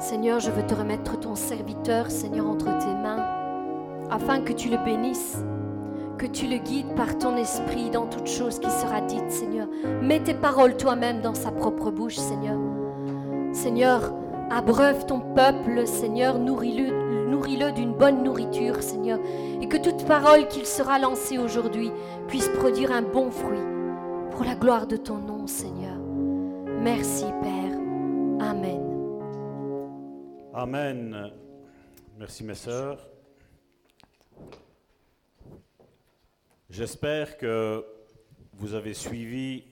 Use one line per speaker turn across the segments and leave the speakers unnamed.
Seigneur, je veux te remettre ton serviteur, Seigneur, entre tes mains, afin que tu le bénisses, que tu le guides par ton esprit dans toute chose qui sera dite, Seigneur. Mets tes paroles toi-même dans sa propre bouche, Seigneur. Seigneur, abreuve ton peuple, Seigneur, nourris-le nourris d'une bonne nourriture, Seigneur, et que toute parole qu'il sera lancée aujourd'hui puisse produire un bon fruit pour la gloire de ton nom, Seigneur. Merci, Père. Amen.
Amen. Merci mes sœurs. J'espère que vous avez suivi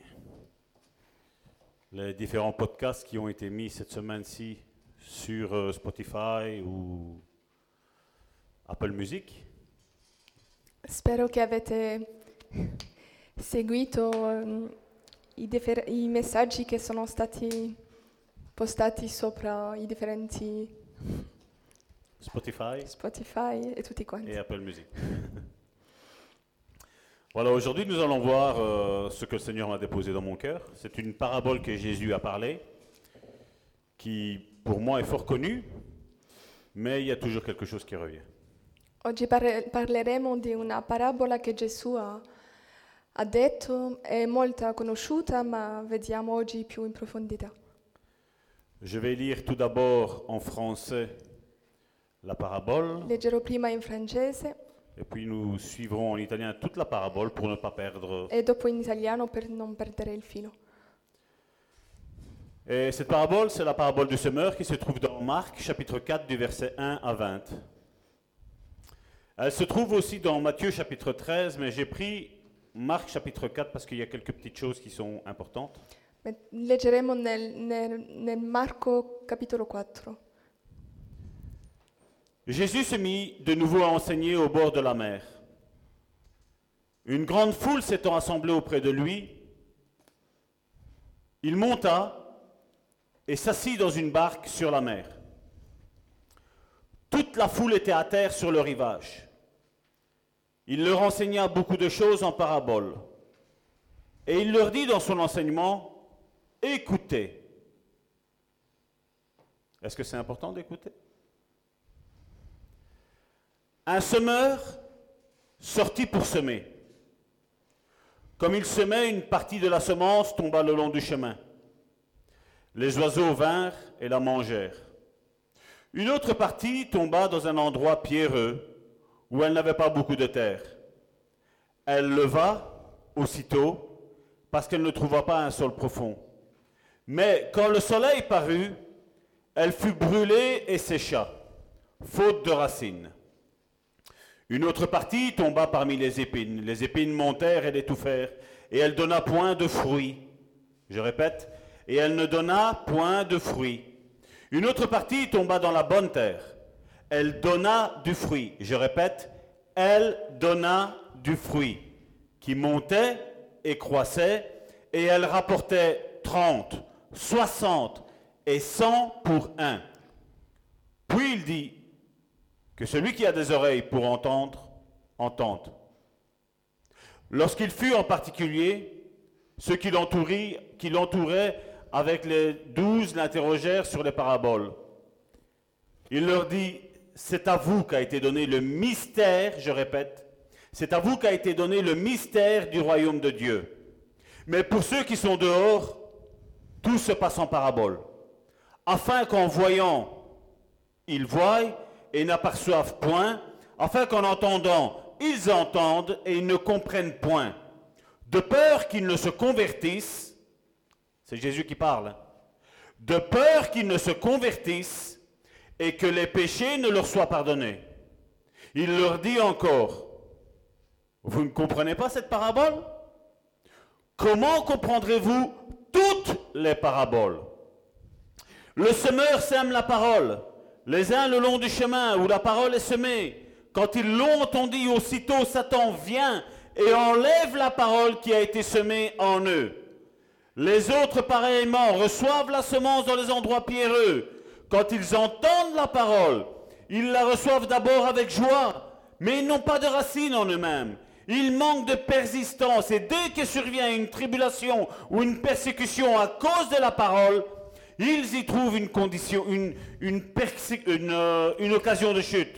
les différents podcasts qui ont été mis cette semaine-ci sur euh, Spotify ou Apple Music.
Spero che avete seguito ehm, i, differ- i messaggi che sono stati postati sopra i differenti
Spotify
Spotify e tutti quanti.
et Apple Music. voilà, aujourd'hui nous allons voir euh, ce que le Seigneur m'a déposé dans mon cœur. C'est une parabole que Jésus a parlé, qui pour moi est fort connue, mais il y a toujours quelque chose qui revient.
Oggi parre- parleremo di una parabola che Gesù ha, ha detto, è molto conosciuta, ma vediamo oggi più in profondità.
Je vais lire tout d'abord en français la parabole,
Leggerò prima in francese
et puis nous suivrons en italien toute la parabole pour ne pas perdre.
e dopo in italiano per non perdere il filo.
Et cette parabole, c'est la parabole du semeur qui se trouve dans Marc chapitre 4 du verset 1 à 20. Elle se trouve aussi dans Matthieu chapitre 13, mais j'ai pris Marc chapitre 4 parce qu'il y a quelques petites choses qui sont importantes.
Me- Leggeremo nel, nel- nel Marco capitolo 4.
Jésus se mit de nouveau à enseigner au bord de la mer. Une grande foule s'étant assemblée auprès de lui, il monta et s'assit dans une barque sur la mer. Toute la foule était à terre sur le rivage. Il leur enseigna beaucoup de choses en parabole. Et il leur dit dans son enseignement, écoutez. Est-ce que c'est important d'écouter un semeur sortit pour semer. Comme il semait, une partie de la semence tomba le long du chemin. Les oiseaux vinrent et la mangèrent. Une autre partie tomba dans un endroit pierreux où elle n'avait pas beaucoup de terre. Elle leva aussitôt parce qu'elle ne trouva pas un sol profond. Mais quand le soleil parut, elle fut brûlée et sécha, faute de racines. Une autre partie tomba parmi les épines. Les épines montèrent et l'étouffèrent, et elle donna point de fruits. Je répète, et elle ne donna point de fruits. Une autre partie tomba dans la bonne terre. Elle donna du fruit. Je répète, elle donna du fruit, qui montait et croissait, et elle rapportait 30, 60 et 100 pour un. Puis il dit, que celui qui a des oreilles pour entendre, entende. Lorsqu'il fut en particulier, ceux qui l'entouraient, qui l'entouraient avec les douze l'interrogèrent sur les paraboles. Il leur dit, c'est à vous qu'a été donné le mystère, je répète, c'est à vous qu'a été donné le mystère du royaume de Dieu. Mais pour ceux qui sont dehors, tout se passe en parabole, afin qu'en voyant ils voient et n'aperçoivent point, afin qu'en entendant, ils entendent et ils ne comprennent point, de peur qu'ils ne se convertissent, c'est Jésus qui parle, hein. de peur qu'ils ne se convertissent et que les péchés ne leur soient pardonnés. Il leur dit encore, vous ne comprenez pas cette parabole Comment comprendrez-vous toutes les paraboles le semeur sème la parole, les uns le long du chemin où la parole est semée. Quand ils l'ont entendue, aussitôt Satan vient et enlève la parole qui a été semée en eux. Les autres pareillement reçoivent la semence dans les endroits pierreux. Quand ils entendent la parole, ils la reçoivent d'abord avec joie, mais ils n'ont pas de racines en eux-mêmes. Ils manquent de persistance et dès que survient une tribulation ou une persécution à cause de la parole, ils y trouvent une condition, une, une persé- une, euh, une occasion de chute.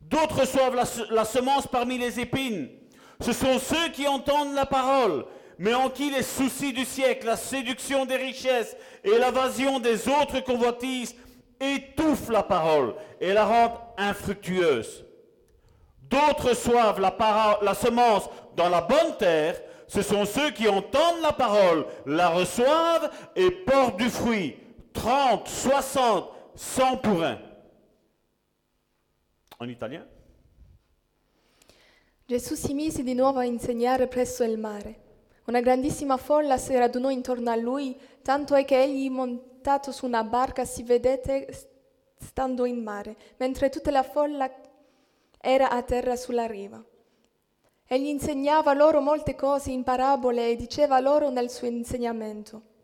D'autres reçoivent la, se- la semence parmi les épines. Ce sont ceux qui entendent la parole, mais en qui les soucis du siècle, la séduction des richesses et l'invasion des autres convoitises étouffent la parole et la rendent infructueuse. D'autres reçoivent la, para- la semence dans la bonne terre. Ce sont ceux qui entendent la parole, la reçoivent et portent du fruit. 30, 60, 100 pour un. En italien
Gesù si mise di nuovo a insegnare presso il mare. Una grandissima folla si radunò intorno a lui, tanto è che egli, montato su una barca, si vedette s- stando in mare, mentre tutta la folla era a terra sulla riva. Egli insegnava loro molte cose in parabole e diceva loro nel suo insegnamento.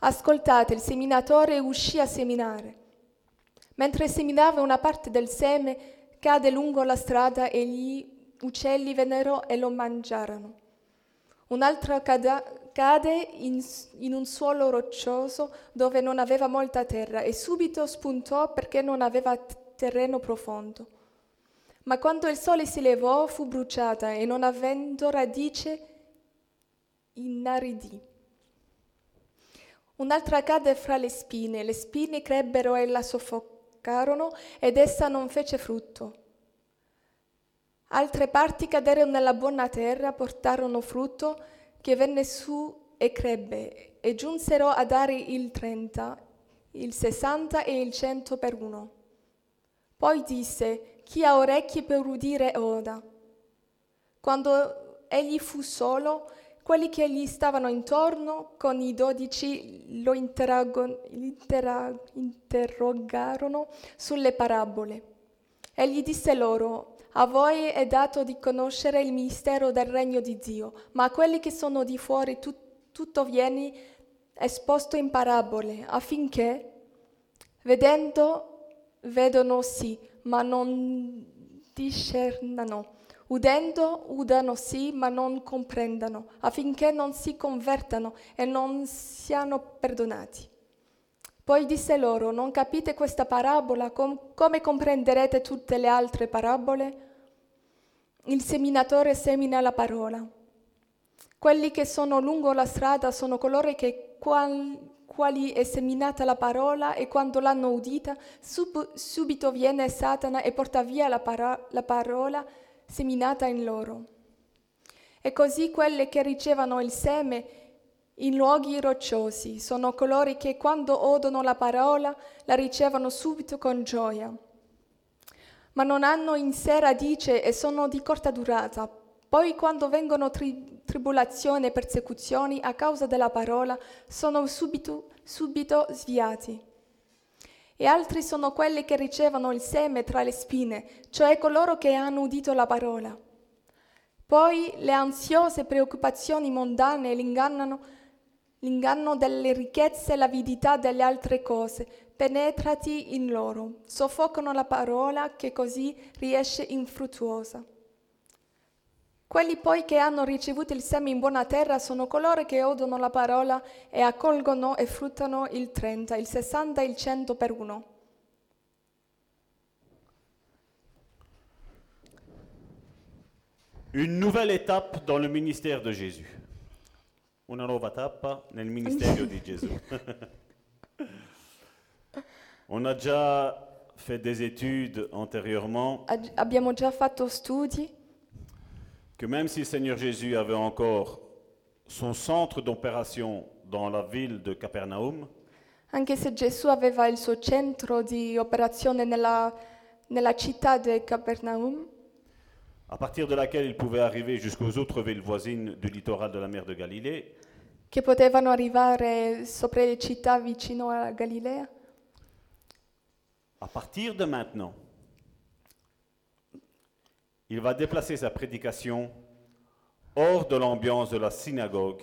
Ascoltate, il seminatore uscì a seminare. Mentre seminava una parte del seme, cade lungo la strada e gli uccelli vennero e lo mangiarono. Un'altra cada- cade in, s- in un suolo roccioso dove non aveva molta terra e subito spuntò perché non aveva t- terreno profondo. Ma quando il sole si levò fu bruciata e non avendo radice inaridì. Un'altra cadde fra le spine, le spine crebbero e la soffocarono ed essa non fece frutto. Altre parti caderono nella buona terra, portarono frutto che venne su e crebbe e giunsero a dare il 30, il 60 e il 100 per uno. Poi disse, chi ha orecchi per udire oda. Quando egli fu solo, quelli che gli stavano intorno con i dodici lo interrago- intera- interrogarono sulle parabole. Egli disse loro, a voi è dato di conoscere il mistero del regno di Dio, ma a quelli che sono di fuori tu- tutto viene esposto in parabole, affinché, vedendo, vedono sì, ma non discernano. Udendo, udano sì, ma non comprendano, affinché non si convertano e non siano perdonati. Poi disse loro, non capite questa parabola, Com- come comprenderete tutte le altre parabole? Il seminatore semina la parola. Quelli che sono lungo la strada sono coloro che qual- quali è seminata la parola e quando l'hanno udita sub- subito viene Satana e porta via la, para- la parola seminata in loro. E così quelle che ricevono il seme in luoghi rocciosi sono coloro che quando odono la parola la ricevono subito con gioia ma non hanno in sé radice e sono di corta durata. Poi quando vengono tri- tribolazioni e persecuzioni a causa della parola, sono subito, subito sviati. E altri sono quelli che ricevono il seme tra le spine, cioè coloro che hanno udito la parola. Poi le ansiose preoccupazioni mondane l'ingannano, l'inganno delle ricchezze e l'avidità delle altre cose, penetrati in loro, soffocano la parola che così riesce infruttuosa. Quelli poi che hanno ricevuto il seme in buona terra sono coloro che odono la parola e accolgono e fruttano il 30, il 60 e il 100 per uno.
Une nouvelle étape dans le ministère de Jésus. Una nuova tappa nel ministère di Gesù. On a déjà fait des études antérieurement
Ag- abbiamo già fatto studi
que même si le Seigneur Jésus avait encore son centre d'opération dans la ville de Capernaum,
Anche se Gesù aveva il suo centro di operazione nella, nella città di Capernaum,
à partir de laquelle il pouvait arriver jusqu'aux autres villes voisines du littoral de la mer de Galilée,
che potevano arrivare sopra le città vicino a Galilea,
à partir de maintenant, il va déplacer sa prédication hors de l'ambiance de la synagogue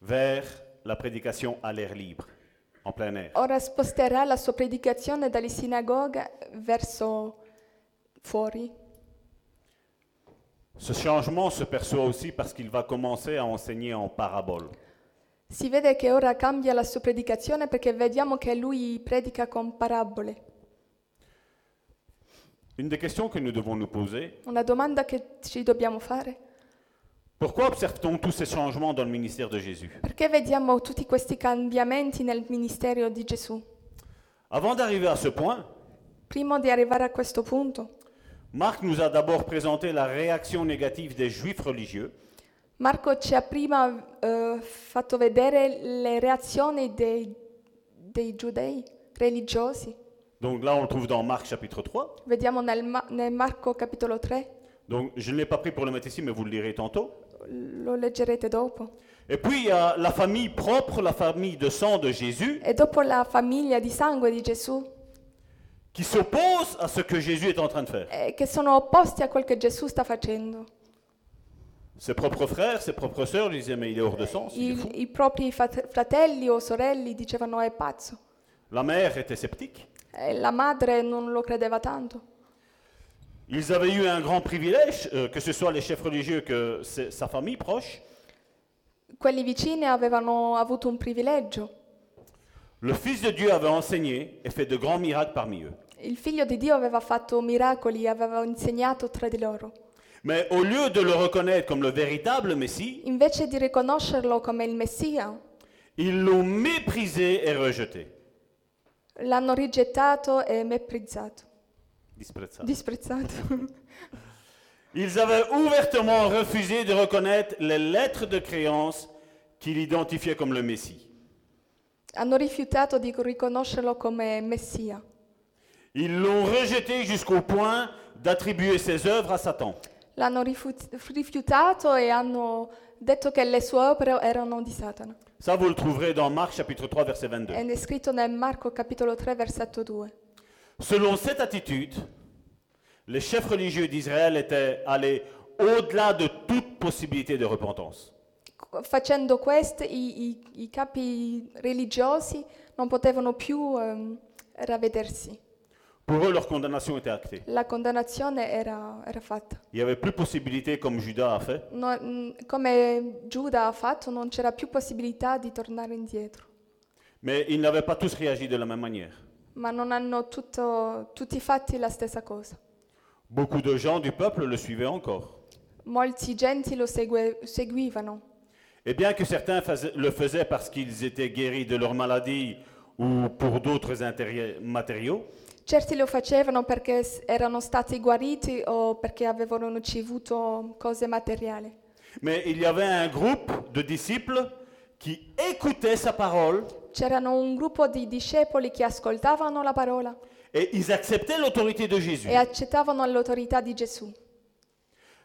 vers la prédication à l'air libre, en plein air.
ora sposterà la sua predicazione dalle sinagoghe verso fuori.
Ce changement se perçoit aussi parce qu'il va commencer à enseigner en parabole.
Si vede che ora cambia la sua predicazione perché vediamo che lui predica con parabole.
Une des questions que nous devons nous poser,
Una domanda che ci dobbiamo fare,
pourquoi observe-t-on tous ces changements dans le ministère de Jésus
perché vediamo tutti questi cambiamenti nel ministero di Gesù?
Avant d'arriver à ce point,
Prima di arrivare a questo punto,
Marc nous a d'abord présenté la réaction négative des juifs religieux
Marco ci ha prima eh, fatto vedere le reazioni dei, dei giudei religiosi.
Donc là, on le trouve dans Marc chapitre 3.
Vediamo nel, Ma- nel Marco capitolo 3,
Donc je ne l'ai pas pris pour le mettre ici, mais vous le lirez tantôt.
lo leggerete dopo.
Et puis il y a la famille propre, la famille de sang de Jésus,
E dopo la famiglia di sangue di Gesù,
qui s'oppose à ce que Jésus est en train de faire.
eh, che sono opposti a quel che Gesù sta facendo.
Ses propres frères, ses propres sœurs lui disaient, mais il est hors de sens. il est fou.
Il- I propri frat- fratelli o sorelli dicevano è pazzo.
La mère était sceptique.
E la madre non lo credeva tanto.
Ils avaient eu un grand privilège, euh, que ce soit les chefs religieux que c'est sa famille proche.
Quelli vicini avevano avuto un privilegio.
Le Fils de Dieu avait enseigné et fait de grands miracles parmi eux.
Il figlio di Dio aveva fatto miracoli, aveva insegnato tra di loro.
Mais au lieu de le reconnaître comme le véritable Messie,
Invece di riconoscerlo come il Messia,
ils l'ont méprisé et rejeté.
l'hanno rigettato e meprizzato,
Disprezza.
disprezzato.
Ils avaient ouvertement refusé de reconnaître les lettres de créance qu'il identifiait comme le Messie.
hanno rifiutato di riconoscerlo come Messia.
Ils l'ont rejeté jusqu'au point d'attribuer ses œuvres à Satan.
L'hanno rifu- rifiutato e hanno detto che le sue opere erano di Satana.
Ça, vous le trouverez dans Marc chapitre 3, verset 22.
È descritto nel Marco capitolo 3 versetto 2.
Selon cette attitude, les chefs religieux d'Israël étaient allés au-delà de toute possibilité de repentance.
Co- Facendo questo i, i- i capi religiosi non potevano più ehm, ravvedersi.
Pour eux, leur condamnation était actée.
La condannazione era, era fatta.
Il n'y avait plus possibilité, comme Judas a fait,
No- mh, come Giuda ha fatto non c'era più possibilità di tornare indietro,
mais ils n'avaient pas tous réagi de la même manière.
ma non hanno tutto, tutti fatti la stessa cosa.
Beaucoup de gens du peuple le suivaient encore.
Molti genti lo segue- seguivano
Et Eh bien que certains faisaient- le faisaient parce qu'ils étaient guéris de leur maladie ou pour d'autres intérêts matériaux,
Certi lo facevano perché s- erano stati guariti o perché avevano ricevuto cose materiali,
mais il y avait un groupe de disciples qui écoutaient sa parole
C'erano un gruppo di discepoli che ascoltavano la parola
et ils acceptaient l'autorité de Jésus.
e accettavano l'autorità di Gesù.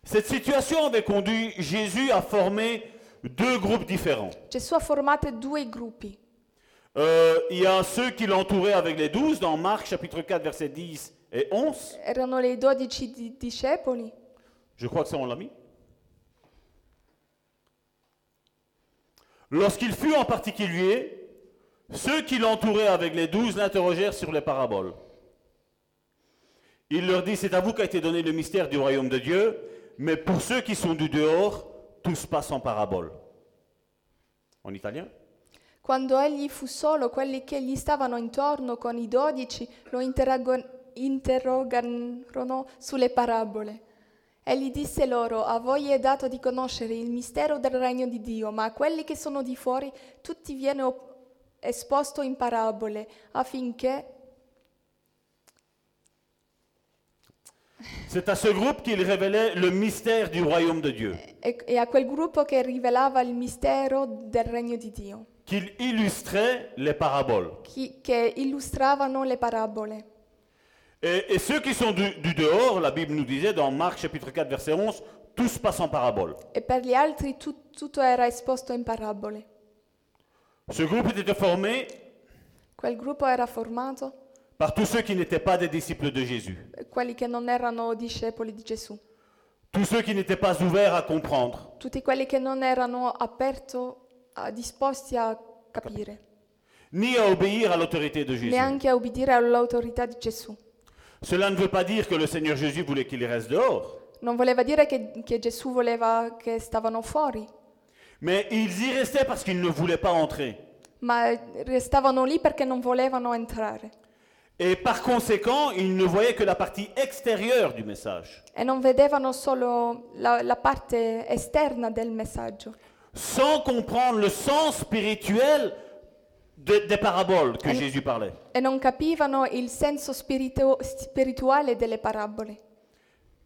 Cette situation avait conduit Jésus à former deux groupes différents.
Gesù ha formato due gruppi.
Euh, il y a ceux qui l'entouraient avec les douze dans Marc chapitre 4 versets 10 et 11.
Erano le dodici di- discepoli.
Je crois que ça on l'a mis. Lorsqu'il fut en particulier, ceux qui l'entouraient avec les douze l'interrogèrent sur les paraboles. Il leur dit, c'est à vous qu'a été donné le mystère du royaume de Dieu, mais pour ceux qui sont du dehors, tout se passe en parabole. En italien
Quando egli fu solo, quelli che gli stavano intorno con i dodici lo interrago- interrogarono sulle parabole. Egli disse loro, a voi è dato di conoscere il mistero del regno di Dio, ma a quelli che sono di fuori tutti viene op- esposto in parabole, affinché
C'est à ce groupe qu'il révélait le mystère du royaume de Dieu,
e, e a quel gruppo che rivelava il mistero del regno di Dio,
qu'il illustrait les paraboles.
chi- che illustravano le parabole.
Et, et ceux qui sont du, du dehors, la Bible nous disait dans Marc chapitre 4 verset 11, tout se passe en parabole.
E per gli altri tu- tutto era esposto in parabole.
Ce groupe était formé
Quel gruppo era formato
par tous ceux qui n'étaient pas des disciples de Jésus,
quelli che non erano discepoli di Gesù,
tous ceux qui n'étaient pas ouverts à comprendre.
tutti quelli che non erano aperto, a- disposti a capire,
ni à obéir à l'autorité de Jésus.
neanche a obbedire all'autorità di Gesù.
Cela ne veut pas dire que le Seigneur Jésus voulait qu'ils restent dehors,
Non voleva dire che, che Gesù voleva che stavano fuori,
Mais ils y restaient parce qu'ils ne voulaient pas entrer.
ma restavano lì perché non volevano entrare
Et par conséquent, ils ne voyaient que la partie extérieure du message,
e non vedevano solo la, la parte esterna del messaggio
sans comprendre le sens spirituel de- des paraboles que
Elle-
Jésus parlait.
e non capivano il senso spiritu- spirituale delle parabole.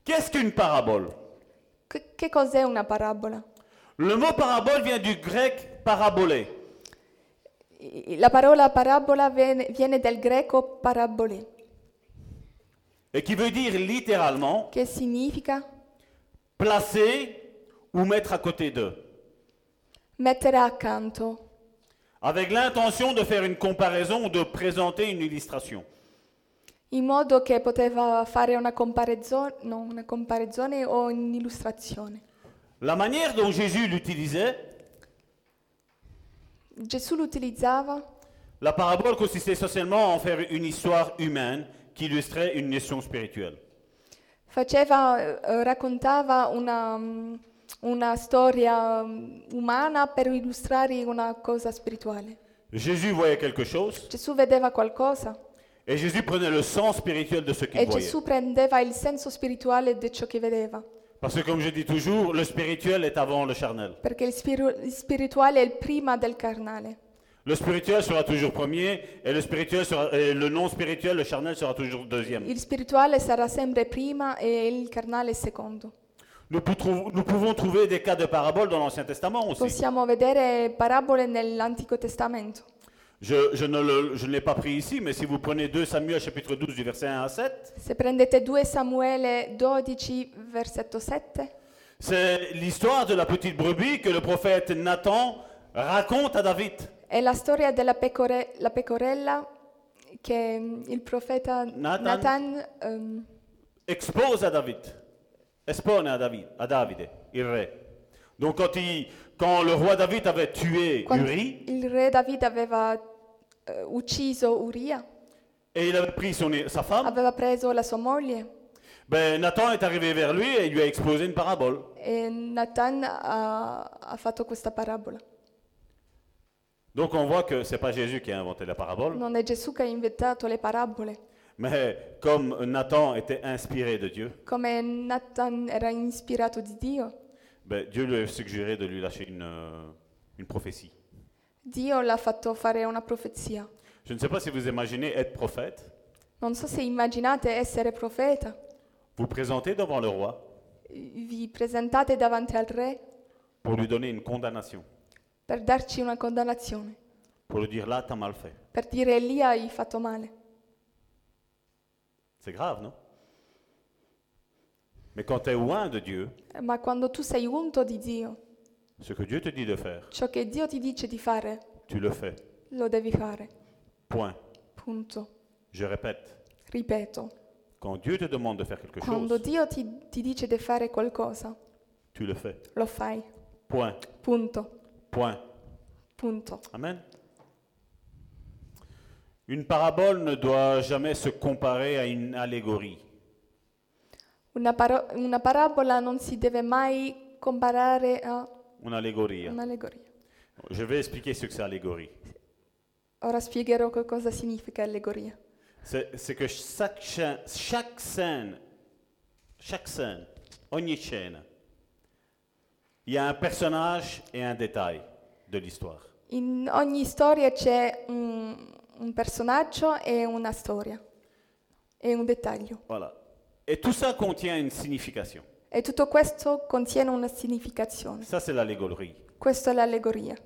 Qu'est-ce qu'une parabole
Che- che cos'è una parabola?
Le mot parabole vient du grec parabolé,
I- La parola parabola viene, viene dal greco parabole,
et qui veut dire littéralement
che significa
placer ou mettre à côté d'eux,
mettere accanto,
avec l'intention de faire une comparaison ou de présenter une illustration.
in modo che poteva fare una comparazione, no, una comparazione o un'illustrazione.
La manière dont Jésus l'utilisait,
Gesù l'utilizzava
la parabole consistait essentiellement à en faire une histoire humaine qui illustrait une notion spirituelle.
Faceva, eh, raccontava una, mm, una storia mm, umana per illustrare una cosa spirituale.
Jésus voyait quelque chose
Gesù vedeva qualcosa
et Jésus prenait le sens spirituel de ce qu'il
e
voyait.
Gesù prendeva il senso spirituale di ciò che vedeva,
Parce que comme je dis toujours, le spirituel est avant le charnel.
perché il, spiru- il spirituale è il prima del carnale.
Le spirituel sera toujours premier et le spirituel sera- et le non spirituel, le charnel sera toujours deuxième.
Il spirituale sarà sempre prima e il carnale secondo.
Nous, pou- trou- nous pouvons trouver des cas de paraboles dans l'Ancien Testament aussi.
Possiamo vedere parabole nell'Antico Testamento.
Je, je ne le- je ne l'ai pas pris ici, mais si vous prenez 2 Samuel chapitre 12 du verset 1 à 7,
Se prendete 2 Samuele 12, versetto 7,
c'est l'histoire de la petite brebis que le prophète Nathan raconte à David.
è la storia della pecore- la pecorella che mm, il profeta
Nathan.
Nathan, ehm,
expose à David, expone à David, à Davide, il re. Donc quand, il- quand le roi David avait tué
quando
Uri
il re Davide aveva eh, ucciso Uria,
et il avait pris son, sa femme,
aveva preso la sua moglie
ben Nathan est arrivé vers lui et il lui a exposé une parabole.
e Nathan ha, ha fatto questa parabola.
Donc on voit que c'est pas Jésus qui a inventé la parabole,
Non è Gesù che ha inventato le parabole,
mais comme Nathan était inspiré de Dieu,
come Nathan era ispirato di Dio,
ben Dieu lui a suggéré de lui lâcher une, euh, une prophétie.
Dio l'ha fatto fare una profezia.
Je ne sais pas si vous imaginez être prophète,
Non so se immaginate essere profeta,
vous présenter devant le roi
vi presentate davanti al re
pour lui donner une condamnation,
per darci una condannazione,
pour lui dire là t'as mal fait.
per dire lì hai fatto male.
C'est grave, non Mais quand tu es loin de Dieu,
Ma quando tu sei unto di Dio,
ce que Dieu te dit de faire,
ciò che Dio ti dice di fare,
tu le fais.
lo devi fare.
Point.
Punto.
Je répète,
Ripeto,
quand Dieu te demande de faire quelque
quando
chose,
Dio ti, ti dice di fare qualcosa,
tu le fais.
lo fai.
Point.
Punto.
Point.
Punto.
Amen. Une parabole ne doit jamais se comparer à une allégorie.
Una, paro- una parabola non si deve mai comparare a
Une allégorie. hein.
un'allegoria.
Je vais expliquer ce que c'est allégorie.
Ora spiegherò che cosa significa allegoria.
C'est c'est que chaque, cha- chaque scène, chaque scène, ogni scène, il y a un personnage et un détail de l'histoire.
In ogni storia c'è un, un personaggio e una storia e un dettaglio.
Voilà. Et tout ça contient une signification.
E tutto questo contiene una significazione.
Ça, c'est l'allégorie.
Questa è l'allegoria.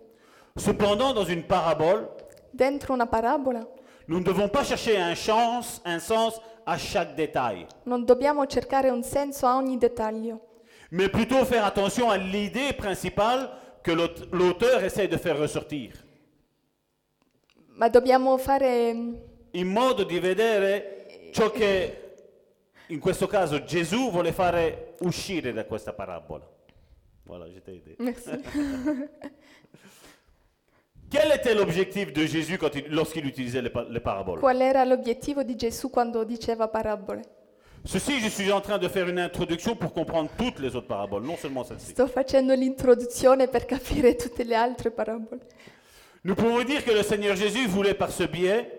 Cependant, dans une parabole,
Dentro una parabola
nous ne devons pas chercher un sens, un sens à chaque détail,
non dobbiamo cercare un senso a ogni dettaglio,
mais plutôt faire attention à l'idée principale que l'aute- l'auteur essaie de faire ressortir.
ma dobbiamo fare mm,
in modo di vedere ciò che in questo caso Gesù vuole fare uscire da questa parabola. Voilà, je t'ai aidé. Quel était l'objectif de Jésus quand il- lorsqu'il utilisait les, pa- les paraboles
qual era l'obiettivo di Gesù quando diceva parabole.
Ceci, je suis en train de faire une introduction pour comprendre toutes les autres paraboles, non seulement celle-ci.
Sto facendo l'introduzione per capire tutte le altre parabole.
Nous pouvons dire que le Seigneur Jésus voulait par ce biais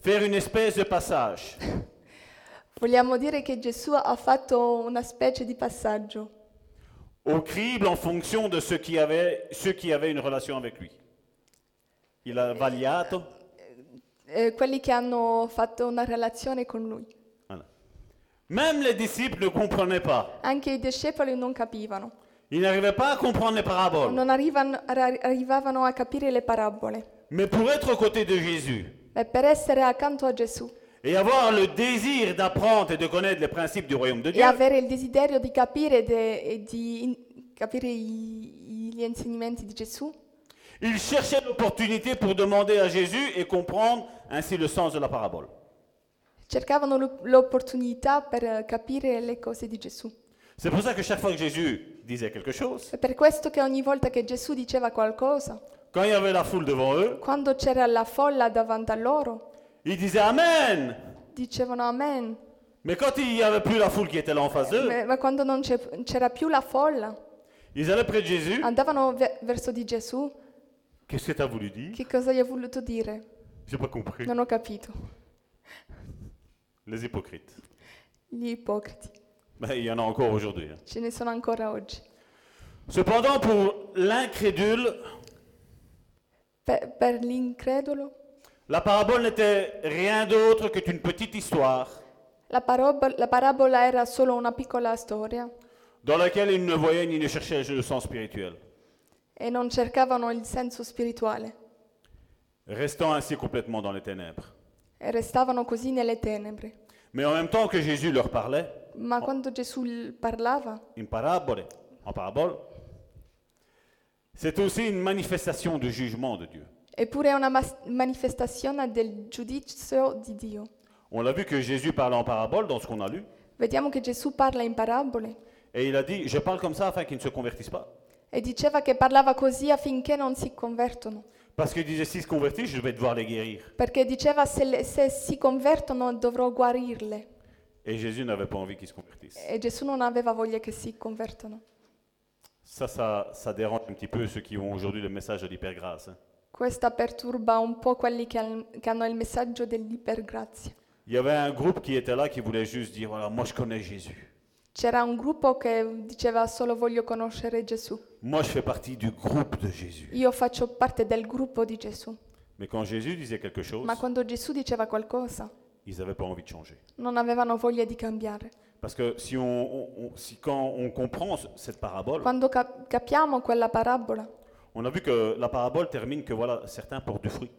faire une espèce de passage.
Vogliamo dire che Gesù ha fatto una specie di passaggio
au crible en fonction de ceux qui avaient, ceux qui avaient une relation avec lui. Il a valiato.
Eh, quelli che hanno fatto una relazione con lui.
Voilà. Même les disciples ne comprenaient pas.
Anche i discepoli non capivano,
Ils n'arrivaient pas à comprendre les paraboles.
non arrivano- arri- arrivavano a capire le parabole.
Mais pour être aux côtés de Jésus
E per essere accanto a Gesù
et avoir le désir d'apprendre et de connaître les principes du royaume de
e
Dieu,
avere il desiderio di capire, de- e di in- capire i- i- gli insegnamenti di Gesù,
ils cherchaient l'opportunité pour demander à Jésus et comprendre ainsi le sens de la parabole.
cercavano l'op- l'opportunità per eh, capire le cose di Gesù.
C'est pour ça que chaque fois que Jésus disait quelque chose,
È per questo che ogni volta che Gesù diceva qualcosa,
quand il y avait la foule devant eux,
quando c'era la folla davanti a loro,
ils disaient Amen.
dicevano Amen.
Mais quand il n'y avait plus la foule qui était là en face d'eux,
Ma ma quando non c'è- c'era più la folla,
Ils allaient près de Jésus.
andavano ve- verso di Gesù.
Qu'est-ce que tu as voulu dire
Che cosa gli ha voluto dire?
J'ai pas compris.
Non ho capito.
Les hypocrites.
Gli ipocriti.
Ben, il y en a encore aujourd'hui. hein.
Ce ne sono ancora oggi.
Cependant, pour l'incrédule,
Per, per l'incredulo,
la parabole n'était rien d'autre que une petite histoire
la, parob- la parabola era solo una piccola storia
dans laquelle ils ne voyaient ni ne cherchaient le sens spirituel,
e non cercavano il senso spirituale
restant ainsi complètement dans les ténèbres.
e restavano così nelle tenebre.
Mais en même temps que Jésus leur parlait,
Ma quando Gesù l- parlava,
une parabole, en parabole, c'est aussi une manifestation du jugement de Dieu.
eppure è una mas- manifestazione del giudizio di Dio.
On l'a vu que Jésus parle en parabole dans ce qu'on a lu,
Vediamo che Gesù parla in parabole
et il a dit, je parle comme ça afin qu'ils ne se convertissent pas.
e diceva che parlava così affinché non si convertono.
Parce qu'il disait, s'ils se convertissent, je vais devoir les guérir.
Perché diceva se, le- se si convertono dovrò guarirle.
Et Jésus n'avait pas envie qu'ils se convertissent.
E Gesù non aveva voglia che si convertono.
Ça, ça, ça dérange un petit peu ceux qui ont aujourd'hui le message de l'hypergrâce. hein.
Questa perturba un po' quelli che, han- che hanno il messaggio dell'ipergrazia.
Il y avait un groupe qui était là qui voulait juste dire, voilà, moi je connais Jésus.
C'era un gruppo che diceva solo voglio conoscere Gesù.
Moi je fais partie du groupe de Jésus.
Io faccio parte del gruppo di Gesù.
Mais quand Jésus disait quelque chose,
Ma quando Gesù diceva qualcosa,
ils n'avaient pas envie de changer.
non avevano voglia di cambiare.
Parce que si on, on- on- si quand on comprend ce- cette parabole,
Quando cap- capiamo quella parabola,
on a vu que la parabole termine que voilà, certains portent du fruit.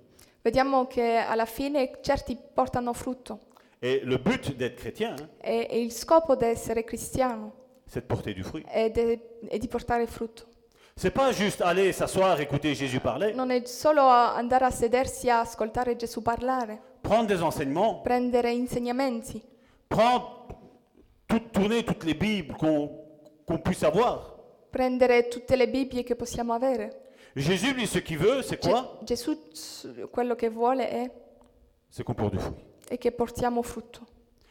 vediamo che alla fine certi portano frutto.
Et le but d'être chrétien, hein,
E, e il scopo di essere cristiano
c'est de porter du fruit.
è, de- è di portare frutto.
C'est pas juste aller s'asseoir, écouter Jésus parler.
Non è solo a- andare a sedersi a ascoltare Gesù parlare,
prendre des enseignements,
prendere insegnamenti,
prendre, tout, tourner toutes les Bibles qu'on qu'on puisse avoir.
prendere tutte le Bibbie che possiamo avere.
Jésus, lui, ce qu'il veut, c'est
Ge-
quoi
Gesù s- quello che vuole è,
C'est qu'on porte du fruit.
è che portiamo frutto.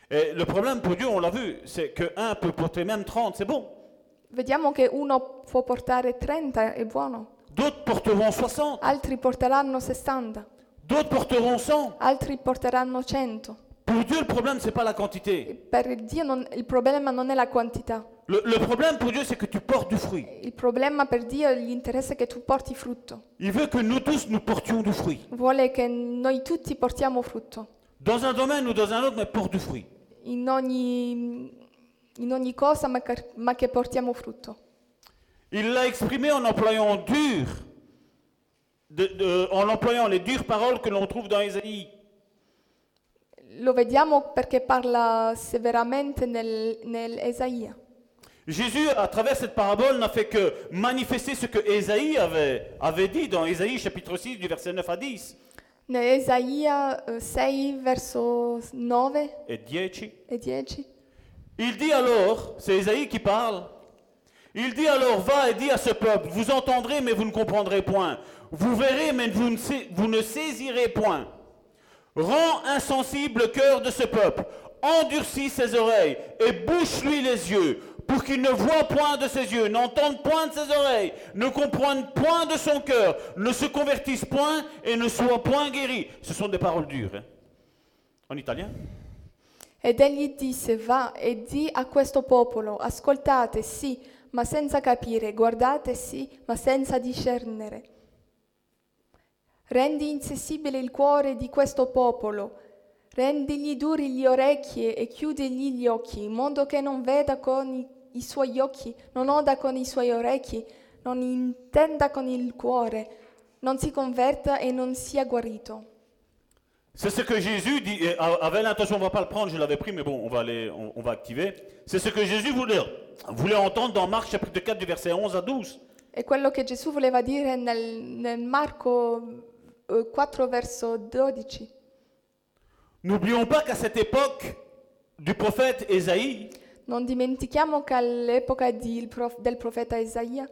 Et le problème pour Dieu, on l'a vu, c'est que un peut porter même 30, c'est bon.
Vediamo che uno può portare 30, è buono,
D'autres porteront 60,
altri porteranno 60,
d'autres porteront 100.
altri porteranno 100.
Pour Dieu, le problème, c'est pas la quantité.
Per Dio non- il problema non è la quantità,
Le, le problème pour Dieu, c'est que tu portes du fruit.
il problema per Dio è l'interesse che tu porti frutto.
Il veut que nous tous, nous portions du fruit.
Vuole che noi tutti portiamo frutto.
Dans un domaine ou dans un autre, mais porte du fruit.
in ogni, in ogni cosa, ma, car- ma che portiamo frutto.
Il l'a exprimé en employant dur, de- de- en employant les dures paroles que l'on trouve dans Ésaïe.
Lo vediamo perché parla severamente nel, nell'Esaia.
Jésus, à travers cette parabole, n'a fait que manifester ce que Ésaïe avait, avait dit dans Ésaïe chapitre 6 du verset 9 à 10
Nell'Esaia eh, 6, verso 9
et 10.
e 10.
Il dit alors, c'est Ésaïe qui parle, il dit alors, va et dis à ce peuple, vous entendrez mais vous ne comprendrez point, vous verrez mais vous ne, sais- vous ne saisirez point. Rends insensible le cœur de ce peuple, endurcis ses oreilles et bouche-lui les yeux, pour qu'il ne voie point de ses yeux, n'entende point de ses oreilles, ne comprenne point de son cœur, ne se convertisse point et ne soit point guéri. Ce sont des paroles dures. hein. En italien
Ed egli disse, va e di a questo popolo, ascoltate sì, ma senza capire, guardate sì, ma senza discernere. Rendi insensibile il cuore di questo popolo, rendigli duri gli orecchie e chiudigli gli occhi, in modo che non veda con i, i suoi occhi, non oda con i suoi orecchi, non intenda con il cuore, non si converta e non sia guarito.
C'est ce que Jésus dit, et a- avait l'intention, on ne va pas le prendre, je l'avais pris, mais bon, on va, aller, on, on va activer. C'est ce que Jésus voulait, voulait entendre dans Marc chapitre 4 du verset 11 à 12.
È quello che Gesù voleva dire nel, nel Marco eh, 4 verso 12.
N'oublions pas qu'à cette époque du prophète Ésaïe,
Non dimentichiamo che all'epoca di il prof- del profeta Isaia,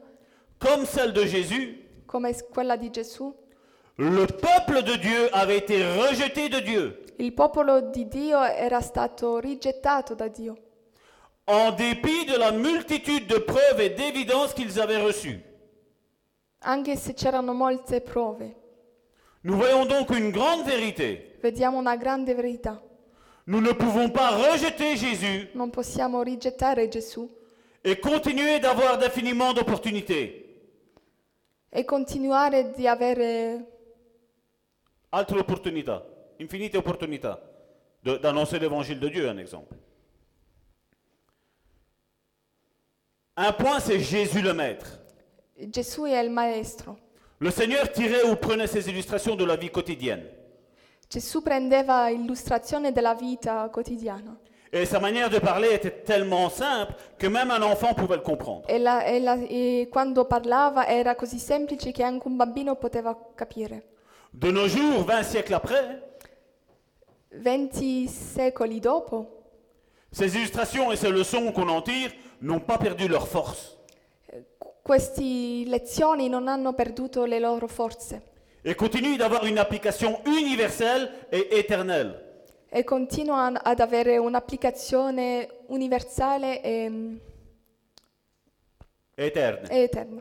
comme celle de Jésus,
come s- quella di Gesù,
le peuple de Dieu avait été rejeté de Dieu
il popolo di Dio era stato rigettato da Dio,
en dépit de la multitude de preuves et d'évidences qu'ils avaient reçues.
anche se c'erano molte prove.
Nous voyons donc une grande vérité.
Vediamo una grande verità.
Nous ne pouvons pas rejeter Jésus
Non possiamo rigettare Gesù
et continuer d'avoir d'infiniment d'opportunités.
e continuare di avere
Altre opportunità, infinite opportunità de- d'annoncer l'évangile de Dieu, un exemple. Un point, c'est Jésus le Maître.
Gesù è il maestro.
Le Seigneur tirait ou prenait ses illustrations de la vie quotidienne.
Gesù prendeva illustrazione della vita quotidiana.
Et sa manière de parler était tellement simple que même un enfant pouvait le comprendre.
E, la- e la- e quando parlava era così semplice che anche un bambino poteva capire.
De nos jours, 20 siècles après,
Venti secoli dopo,
ces illustrations et ces leçons qu'on en tire n'ont pas perdu leur force.
qu- queste lezioni non hanno perduto le loro forze
Et continuent d'avoir une application universelle et éternelle.
e continuano ad avere un'applicazione universale e, mm,
Éterne.
e eterna.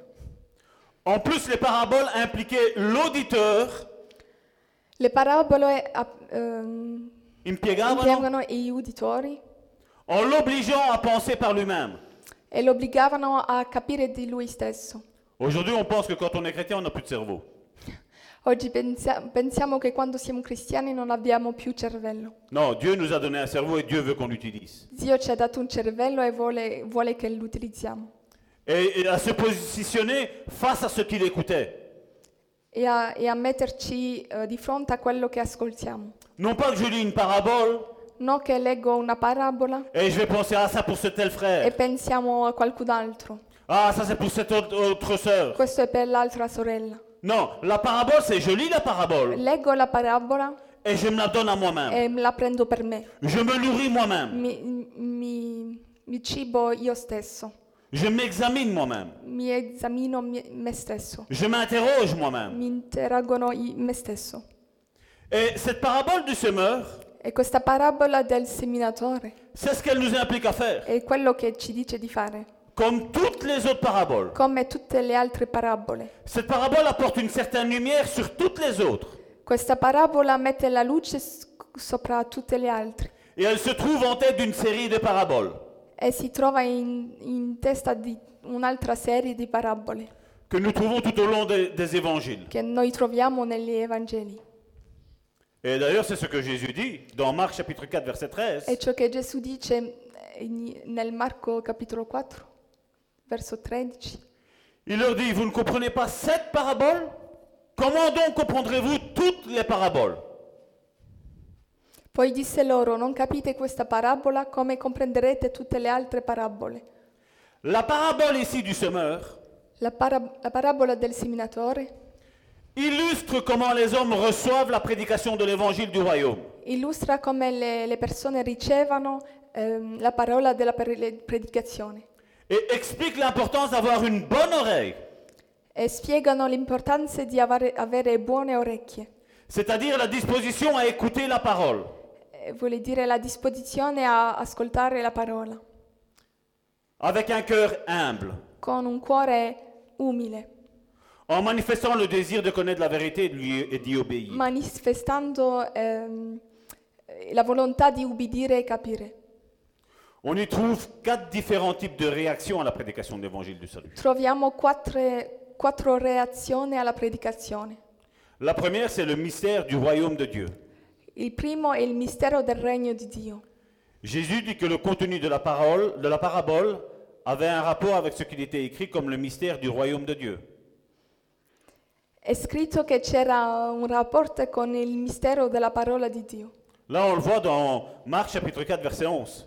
En plus, les paraboles impliquaient l'auditeur,
Le parabole app- ehm,
impiegavano,
impiegano i uditori
en l'obligeant à penser par lui-même.
e lo obbligavano a capire di lui stesso.
Aujourd'hui, on pense que quand on est chrétien, on n'a plus de cerveau.
Oggi pensia- pensiamo che quando siamo cristiani non abbiamo più cervello.
Non, Dieu nous a donné un cerveau et Dieu veut qu'on l'utilise.
Dio ci ha dato un cervello e vuole, vuole che lo utilizziamo
et, et à se positionner face à ce qu'il écoutait.
e a, e a metterci eh, di fronte a quello che ascoltiamo.
Non pas que je lis une parabole
Non che leggo una parabola
et je vais penser à ça pour ce tel
e
frère,
pensiamo a qualcun altro.
ah ça c'est pour cette autre, autre sœur.
Questo è per l'altra sorella.
Non, la parabole c'est je lis la parabole
Leggo la parabola
et je me la donne à moi-même.
e me la prendo per me.
Je me nourris moi-même,
Mi, mi- mi cibo io stesso.
je m'examine moi-même,
Mi esamino mi- me stesso.
je m'interroge moi-même.
Mi interrogono i- me stesso.
Et cette parabole du semeur,
E questa parabola del seminatore
c'est ce qu'elle nous implique à faire,
è quello che ci dice di fare,
comme toutes les autres paraboles.
come tutte le altre parabole.
Cette parabole apporte une certaine lumière sur toutes les autres.
Questa parabola mette la luce s- sopra tutte le altre
Et elle se trouve en tête d'une série de paraboles.
e si trova in, in testa di un'altra serie di parabole
que nous trouvons tout au long des, des évangiles.
che noi troviamo negli Evangeli.
Et d'ailleurs, c'est ce que Jésus dit dans Marc chapitre 4, verset 13.
È ciò che Gesù dice in- nel Marco capitolo 4, verso 13.
Il leur dit, vous ne comprenez pas cette parabole Comment donc comprendrez-vous toutes les paraboles
Poi disse loro, non capite questa parabola come comprenderete tutte le altre parabole.
La parabole ici du semeur
La, para- la parabola del seminatore
illustre comment les hommes reçoivent la prédication de l'évangile du royaume.
illustra come le, le persone ricevano ehm, la parola della pre- le- predicazione
Et explique l'importance d'avoir une bonne oreille,
e spiegano l'importanza di avare, avere buone orecchie,
c'est-à-dire la disposition à écouter la parole.
eh, eh, vuole dire la disposizione a ascoltare la parola,
avec un cœur humble,
con un cuore umile,
en manifestant le désir de connaître la vérité et de lui- et d'y obéir.
manifestando ehm, la volontà di ubbidire e capire.
On y trouve quatre différents types de réactions à la prédication de l'évangile du salut.
Troviamo quattro, quattro reazioni alla predicazione.
La première, c'est le mystère du royaume de Dieu.
Il primo è il mistero del regno di Dio.
Jésus dit que le contenu de la parole, de la parabole, avait un rapport avec ce qu'il était écrit comme le mystère du royaume de Dieu.
È scritto che c'era un rapporto con il mistero della parola di Dio.
Là, on le voit dans Marc chapitre 4, verset 11.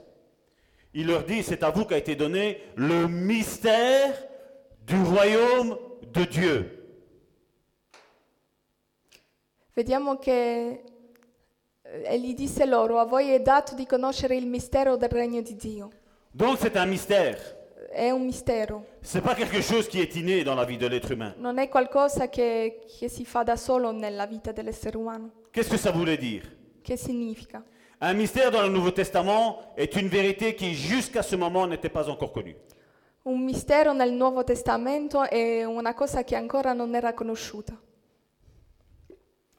Il leur dit, c'est à vous qu'a été donné le mystère du royaume de Dieu.
Vediamo che eh, egli disse loro, a voi è dato di conoscere il mistero del regno di Dio.
Donc c'est un mystère.
È un mistero,
C'est pas quelque chose qui est inné dans la vie de l'être humain.
non è qualcosa che, che si fa da solo nella vita dell'essere umano.
Qu'est-ce que ça voulait dire
Che significa?
Un mystère dans le Nouveau Testament est une vérité qui jusqu'à ce moment n'était pas encore connue.
Un mistero nel Nuovo Testamento è una cosa che ancora non era conosciuta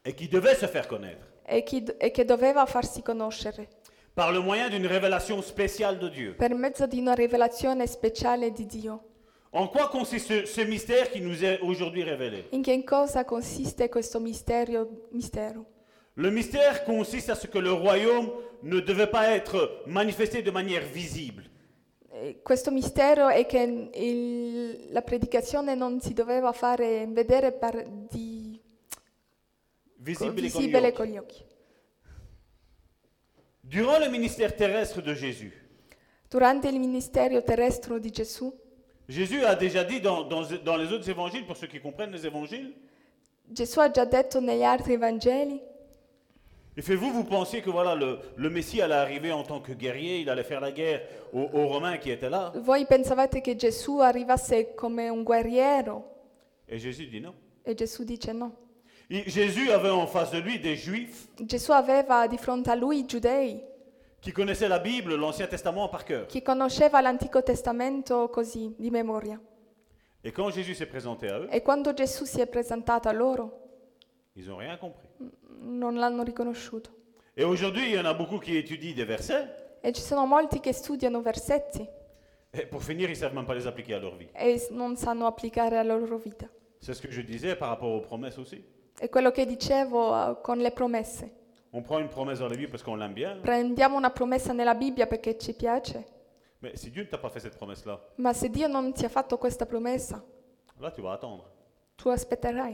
et qui devait se faire connaître
e, chi- e che doveva farsi conoscere
par le moyen d'une révélation spéciale de Dieu.
per mezzo di una rivelazione speciale di Dio.
En quoi consiste ce, ce mystère qui nous est aujourd'hui révélé
In che cosa consiste questo misterio, mistero?
Le mystère consiste à ce que le royaume ne devait pas être manifesté de manière visible,
Eh, Questo mistero è che il- la predicazione non si doveva fare vedere par- di- co-
visible et connue.
visibile con gli occhi.
Durant le ministère terrestre de Jésus,
Durante il ministero terrestre di Gesù,
Jésus a déjà dit dans, dans- dans les autres évangiles, pour ceux qui comprennent les évangiles,
Gesù ha già detto negli altri Vangeli,
il fait vous, vous pensiez que voilà, le, le Messie allait arriver en tant que guerrier, il allait faire la guerre aux- aux Romains qui étaient là.
voi pensavate che Gesù arrivasse come un guerriero
Et Jésus dit non.
e Gesù dice no.
Il- Jésus avait en face de lui des Juifs
Gesù aveva di fronte a lui i giudei
qui connaissaient la Bible, l'Ancien Testament par cœur.
che conosceva l'Antico Testamento così di memoria.
Et quand Jésus s'est présenté à eux,
E quando Gesù si è presentato a loro,
ils n'ont rien compris.
non l'hanno riconosciuto.
Et aujourd'hui, il y en a beaucoup qui étudient des versets,
E ci sono molti che studiano versetti
et pour finir, ils ne savent même pas les appliquer à leur vie.
e s- non sanno applicare alla loro vita.
C'est ce que je disais par rapport aux promesses aussi.
È quello che dicevo eh, con le promesse.
On prend une promesse dans la Bible parce qu'on l'aime bien,
Prendiamo una promessa nella Bibbia perché ci piace,
mais si Dieu ne t'a pas fait cette promesse-là,
ma se Dio non ti ha fatto questa promessa,
là, tu vas attendre.
tu aspetterai,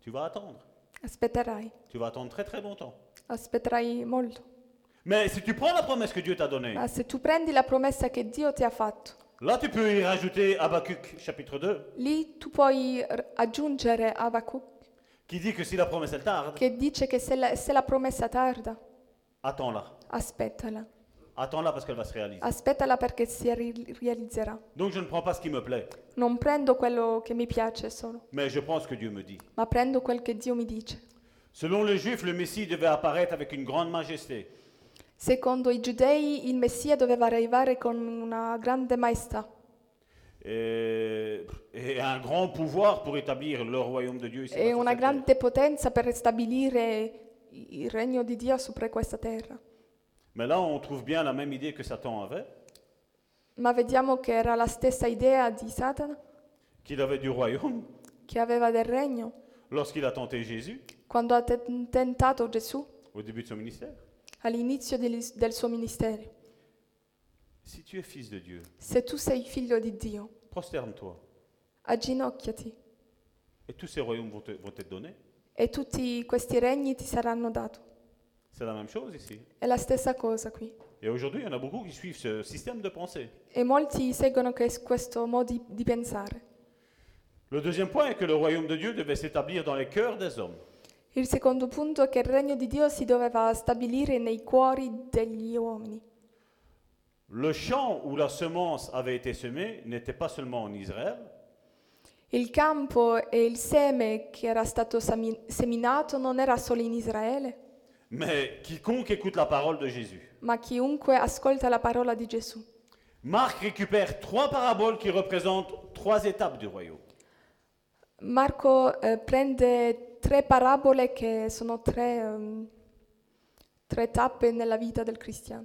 Tu vas attendre.
aspetterai,
Tu vas attendre très très longtemps.
aspetterai molto.
Mais si tu prends la promesse que Dieu t'a donnée,
Ma se tu prendi la promessa che Dio ti ha fatto,
là, tu peux y rajouter Habacuc chapitre 2,
lì tu puoi r- aggiungere Abacuc
qui dit que si la promesse, elle tarde,
che dice che se la- se la promessa tarda,
attends-la.
aspettala.
Attends-la parce qu'elle va se réaliser.
Aspettala perché si ri- realizzerà.
Donc je ne prends pas ce qui me plaît,
Non prendo quello che mi piace solo,
mais je prends ce que Dieu me dit.
ma prendo quel che Dio mi dice.
Selon les Juifs, le Messie devait apparaître avec une grande majesté.
Secondo i giudei il Messia doveva arrivare con una grande maestà
et, et un grand pouvoir pour établir le royaume de Dieu ici.
e
sur
una
cette terre.
grande potenza per stabilire i- il regno di Dio su questa terra.
Mais là, on trouve bien la même idée que Satan avait,
Ma vediamo che era la stessa idea di Satana
qu'il avait du royaume
che aveva del regno
lorsqu'il a tenté Jésus
quando ha te- tentato Gesù
au début de son ministère.
all'inizio del del suo ministero.
Si tu es fils de Dieu,
Se tu sei figlio di Dio,
prosterne-toi
agginocchiati
et tous ces royaumes vont, te- vont être donnés.
e tutti questi regni ti saranno dati.
C'est la même chose ici.
È la stessa cosa qui.
Et aujourd'hui, il y en a beaucoup qui suivent ce système de pensée.
E molti seguono que- questo modo di, di pensare.
Le deuxième point est que le royaume de Dieu devait s'établir dans les cœurs des hommes.
Il secondo punto è che il regno di Dio si doveva stabilire nei cuori degli uomini.
Le champ où la semence avait été semée n'était pas seulement en Israël,
Il campo e il seme che era stato sami- seminato non era solo in Israele,
Mais quiconque écoute la parole de Jésus.
ma chiunque ascolta la parola di Gesù.
Marc récupère trois paraboles qui représentent trois étapes du royaume.
Marco eh, prende tre parabole che sono tre, ehm, tre tappe nella vita del cristiano.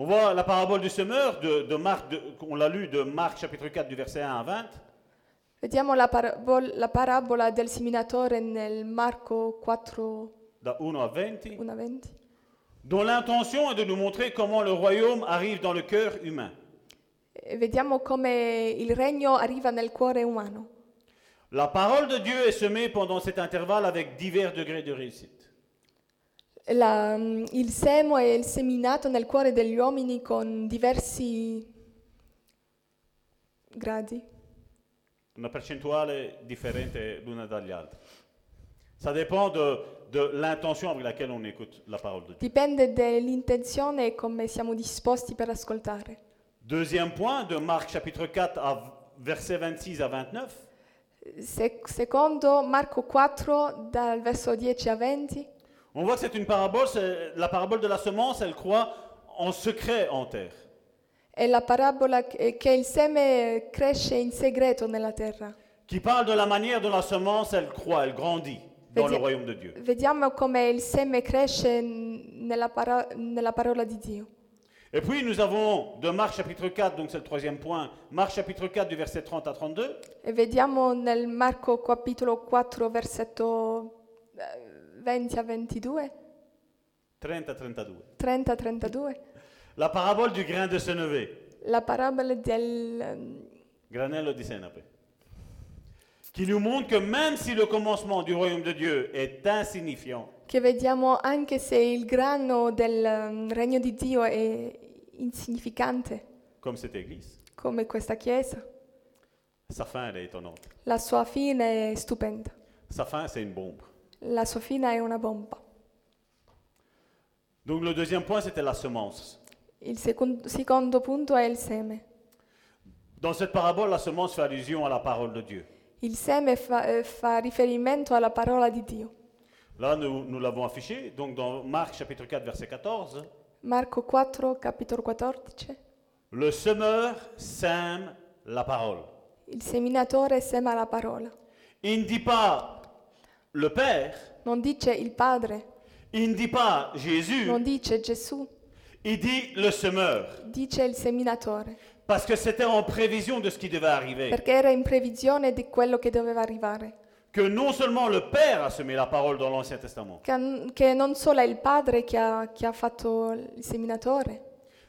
On voit la parabole du semeur, de, de Marc, de- on l'a lu de Marc chapitre 4 du verset 1 à 20.
Vediamo la, parabol- la parabola del seminatore nel Marco 4,
Da 1 à 20.
1 20,
dont l'intention est de nous montrer comment le royaume arrive dans le cœur humain.
E vediamo come il regno arriva nel cuore umano.
La parole de Dieu est semée pendant cet intervalle avec divers degrés de réussite.
La- mm, il semo è il seminato nel cuore degli uomini con diversi gradi.
Una percentuale differente l'una dall'altra. Ça dépend de, de l'intention avec laquelle on écoute la parole de Dieu.
Dipende dall'intenzione e come siamo disposti per ascoltare.
Deuxième point de Marc chapitre 4 à verset 26 à 29.
Se- secondo Marco 4, dal verso 10 a 20,
On voit que c'est une parabole, c'est la parabole de la semence, elle croit en secret en terre.
è la parabola che che il seme cresce in segreto nella terra.
Qui parle de la manière dont la semence, elle croit, elle grandit dans le
Vedi-
royaume de Dieu.
Vediamo come il seme cresce n- nella, para- nella parola di Dio.
Et puis nous avons de Marc chapitre 4, donc c'est le troisième point, Marc chapitre 4 du verset 30 à 32,
E vediamo nel Marco capitolo 4, versetto eh, 20 a 22,
30 à 32.
30 a 32,
La parabole du grain de senevé,
la parabola del... ehm,
granello di senape, qui nous montre que même si le commencement du royaume de Dieu est insignifiant,
che vediamo anche se il grano del ehm, regno di Dio è insignificante
comme cette église,
come questa chiesa,
sa fin elle est étonnante.
la sua fine è stupenda,
Sa fin c'est une bombe.
la sua fine è una bomba.
Donc le deuxième point c'était la semence.
Il secon- secondo punto è il seme.
Dans cette parabole, la semence fait allusion à la parole de Dieu.
Il seme fa, eh, fa riferimento alla parola di Dio.
Là, nous, nous l'avons affiché, donc dans Marc chapitre 4 verset 14.
Marco 4, capitolo 14.
Le semeur sème la parole.
Il seminatore sema la parola.
Il ne dit pas le Père,
Non dice il Padre,
il ne dit pas Jésus,
non dice Gesù,
il dit le semeur,
dice il seminatore,
parce que c'était en prévision de ce qui devait arriver.
perché era in previsione di quello che doveva arrivare.
Que non seulement le Père a semé la parole dans l'Ancien Testament,
Che, che non solo è il Padre che ha, che ha fatto il seminatore,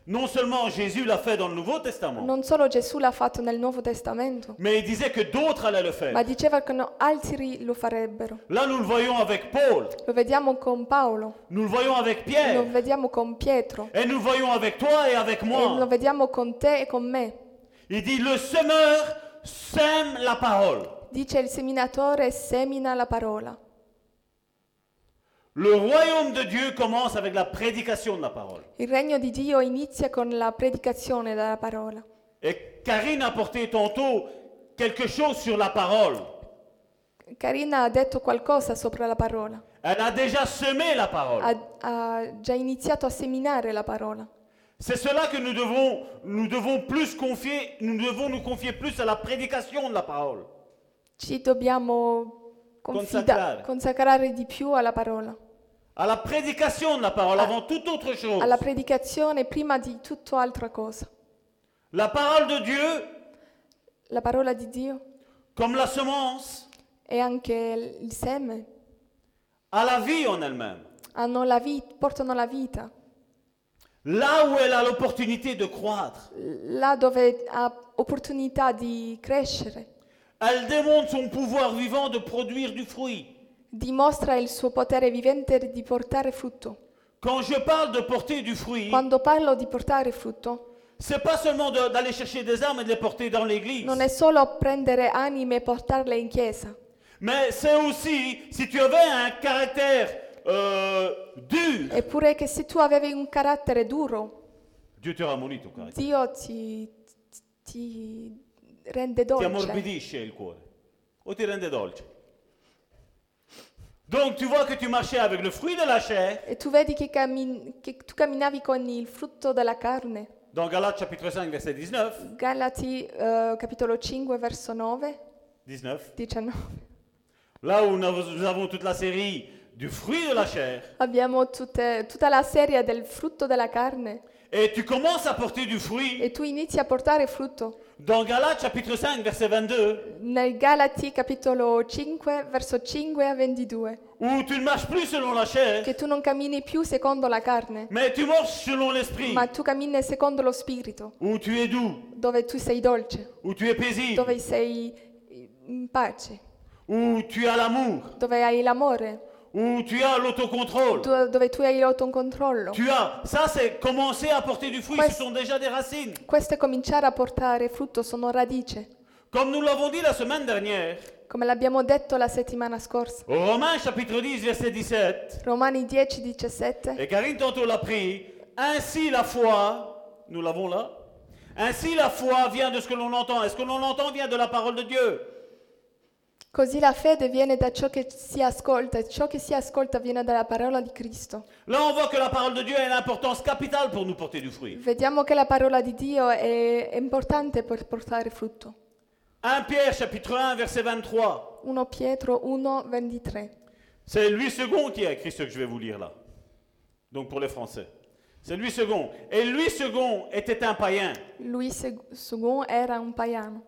non seulement Jésus l'a fait dans le Nouveau Testament,
non solo Gesù l'ha fatto nel Nuovo Testamento,
mais il disait que d'autres allaient le faire.
ma diceva che no- altri lo farebbero.
Là, nous le voyons avec Paul,
Lo vediamo con Paolo,
nous le voyons avec Pierre,
lo vediamo con Pietro,
et nous le voyons avec toi et avec
e lo
moi.
vediamo con te e con me.
Il dit le semeur sème la parole.
Dice il seminatore semina la parola.
Le royaume de Dieu commence avec la prédication de la parole.
Il regno di Dio inizia con la predicazione della parola.
Et Karine a porté tantôt quelque chose sur la parole.
Carina ha detto qualcosa sopra la parola,
Elle a déjà semé la parole.
ha, ha già iniziato a seminare la parola.
C'est cela que nous devons, nous devons plus confier, nous devons nous confier plus à la prédication de la parole.
Ci dobbiamo
Consacrare.
confida- consacrare di più alla parola,
À la prédication de la parole, avant toute autre chose.
alla predicazione prima di tutto altra cosa.
La parole de Dieu,
La parola di Dio
comme la semence,
e anche il il seme
a la vie en elle-même.
hanno la vi- portano la vita,
Là où elle a l'opportunità de croître,
là dove ha opportunità di crescere,
elle démontre son pouvoir vivant de produire du fruit.
dimostra il suo potere vivente di portare frutto.
Quand je parle de porter du fruit,
Quando parlo di portare frutto,
c'est pas seulement de- d'aller chercher des armes et de les porter dans l'église,
non è solo prendere anime e portarle in chiesa,
mais c'est aussi si tu avais un caractère euh, dur.
eppure che se tu avevi un carattere duro,
Dieu te ramollit ton caractère.
Dio ti, ti rende
Ti
dolce,
ammorbidisce il cuore o ti rende dolce. Donc tu vois que tu marchais avec le fruit de la chair.
E tu vedi che, cammin- che tu camminavi con il frutto della carne.
Dans Galates chapitre 5 verset 19,
Galati eh, capitolo 5 verso 9,
19,
19.
là où nous avons- nous avons toute la série du fruit de la chair,
Abbiamo tutte- tutta la serie del frutto della carne
et tu commences à porter du fruit
e tu inizi a portare frutto.
dans Galates chapitre 5 verset 22,
Nel Galati capitolo 5 verso 5 a 22,
où tu ne marches plus selon la chair,
che tu non cammini più secondo la carne,
mais tu marches selon l'esprit,
ma tu cammini secondo lo spirito,
où tu es doux,
dove tu sei dolce,
où tu es paisible,
dove sei in pace,
où tu as l'amour,
dove hai l'amore,
où tu as l'autocontrôle.
tu- dove tu hai l'autocontrollo.
Tu as, ça c'est commencer à porter du fruit,
Ouais.
ce sont déjà des racines.
Questo è cominciare a portare frutto, sono radice,
Comme nous l'avons dit la semaine dernière,
come l'abbiamo detto la settimana scorsa.
Romains chapitre 10 verset 17,
Romani 10, 17.
Et Karine tantôt l'a pris. Ainsi la foi, nous l'avons là. Ainsi la foi vient de ce que l'on entend. Et ce que l'on entend vient de la parole de Dieu.
Così la fede viene da ciò che si ascolta e ciò che si ascolta viene dalla parola di Cristo.
Là, on voit que la parole de Dieu a une importance capitale pour nous porter du fruit.
Vediamo che la parola di Dio è, è importante per portare frutto.
1 Pierre chapitre 1 verset 23.
1 Pietro 1, 23.
C'est Louis II qui a écrit ce que je vais vous lire là. Donc pour les Français. C'est Louis II. Et Louis II était un païen.
Lui seg- Sugon era un paiano.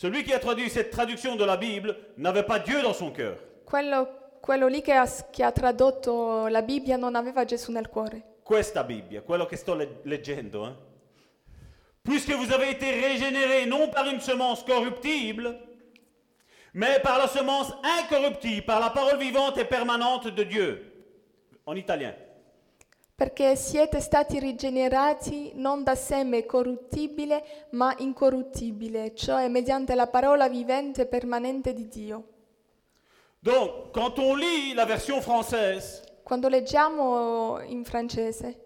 Celui qui a traduit cette traduction de la Bible n'avait pas Dieu dans son cœur.
Quello, quello lì che ha, s- che ha tradotto la Bibbia non aveva Gesù nel cuore.
questa Bibbia, quello che sto le- leggendo. eh. Puisque vous avez été régénérés non par une semence corruptible, mais par la semence incorruptible, par la parole vivante et permanente de Dieu. En italien.
Perché siete stati rigenerati non da seme corruttibile, ma incorruttibile, cioè mediante la parola vivente e permanente di Dio.
Donc, quand on lit la version française,
Quando leggiamo in francese,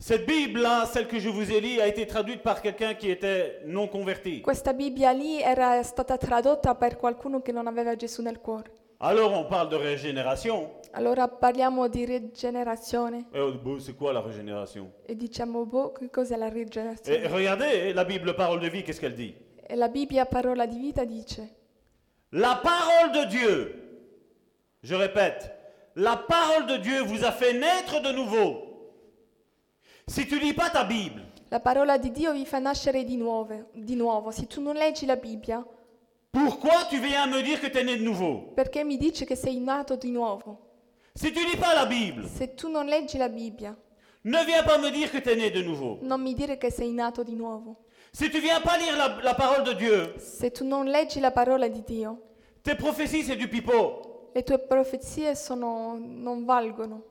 cette Bible-là, celle que je vous ai lue, a été traduite par quelqu'un qui était non converti.
questa Bibbia lì era stata tradotta per qualcuno che non aveva Gesù nel cuore.
Alors, on parle de régénération.
Allora parliamo di rigenerazione
Eh, bon, C'est quoi la régénération
e diciamo, boh, che cos'è la rigenerazione?
Et regardez, la Bible, parole de vie, qu'est-ce qu'elle dit
E la Bibbia, parola di vita, dice,
La parole de Dieu, je répète, la parole de Dieu vous a fait naître de nouveau. Si tu lis pas ta Bible,
la parola di Dio vi fa nascere di nuovo, di nuovo. Se tu non leggi la Bibbia,
pourquoi tu viens me dire que tu es né de nouveau
perché mi dice che sei nato di nuovo?
Si tu lis pas la Bible,
Se tu non leggi la Bibbia,
ne viens pas me dire que tu es né de nouveau.
non mi dire che sei nato di nuovo.
Si tu viens pas lire la, la parole de Dieu,
Se tu non leggi la parola di Dio,
tes prophéties c'est du pipeau.
Le tue profezie sono, non valgono,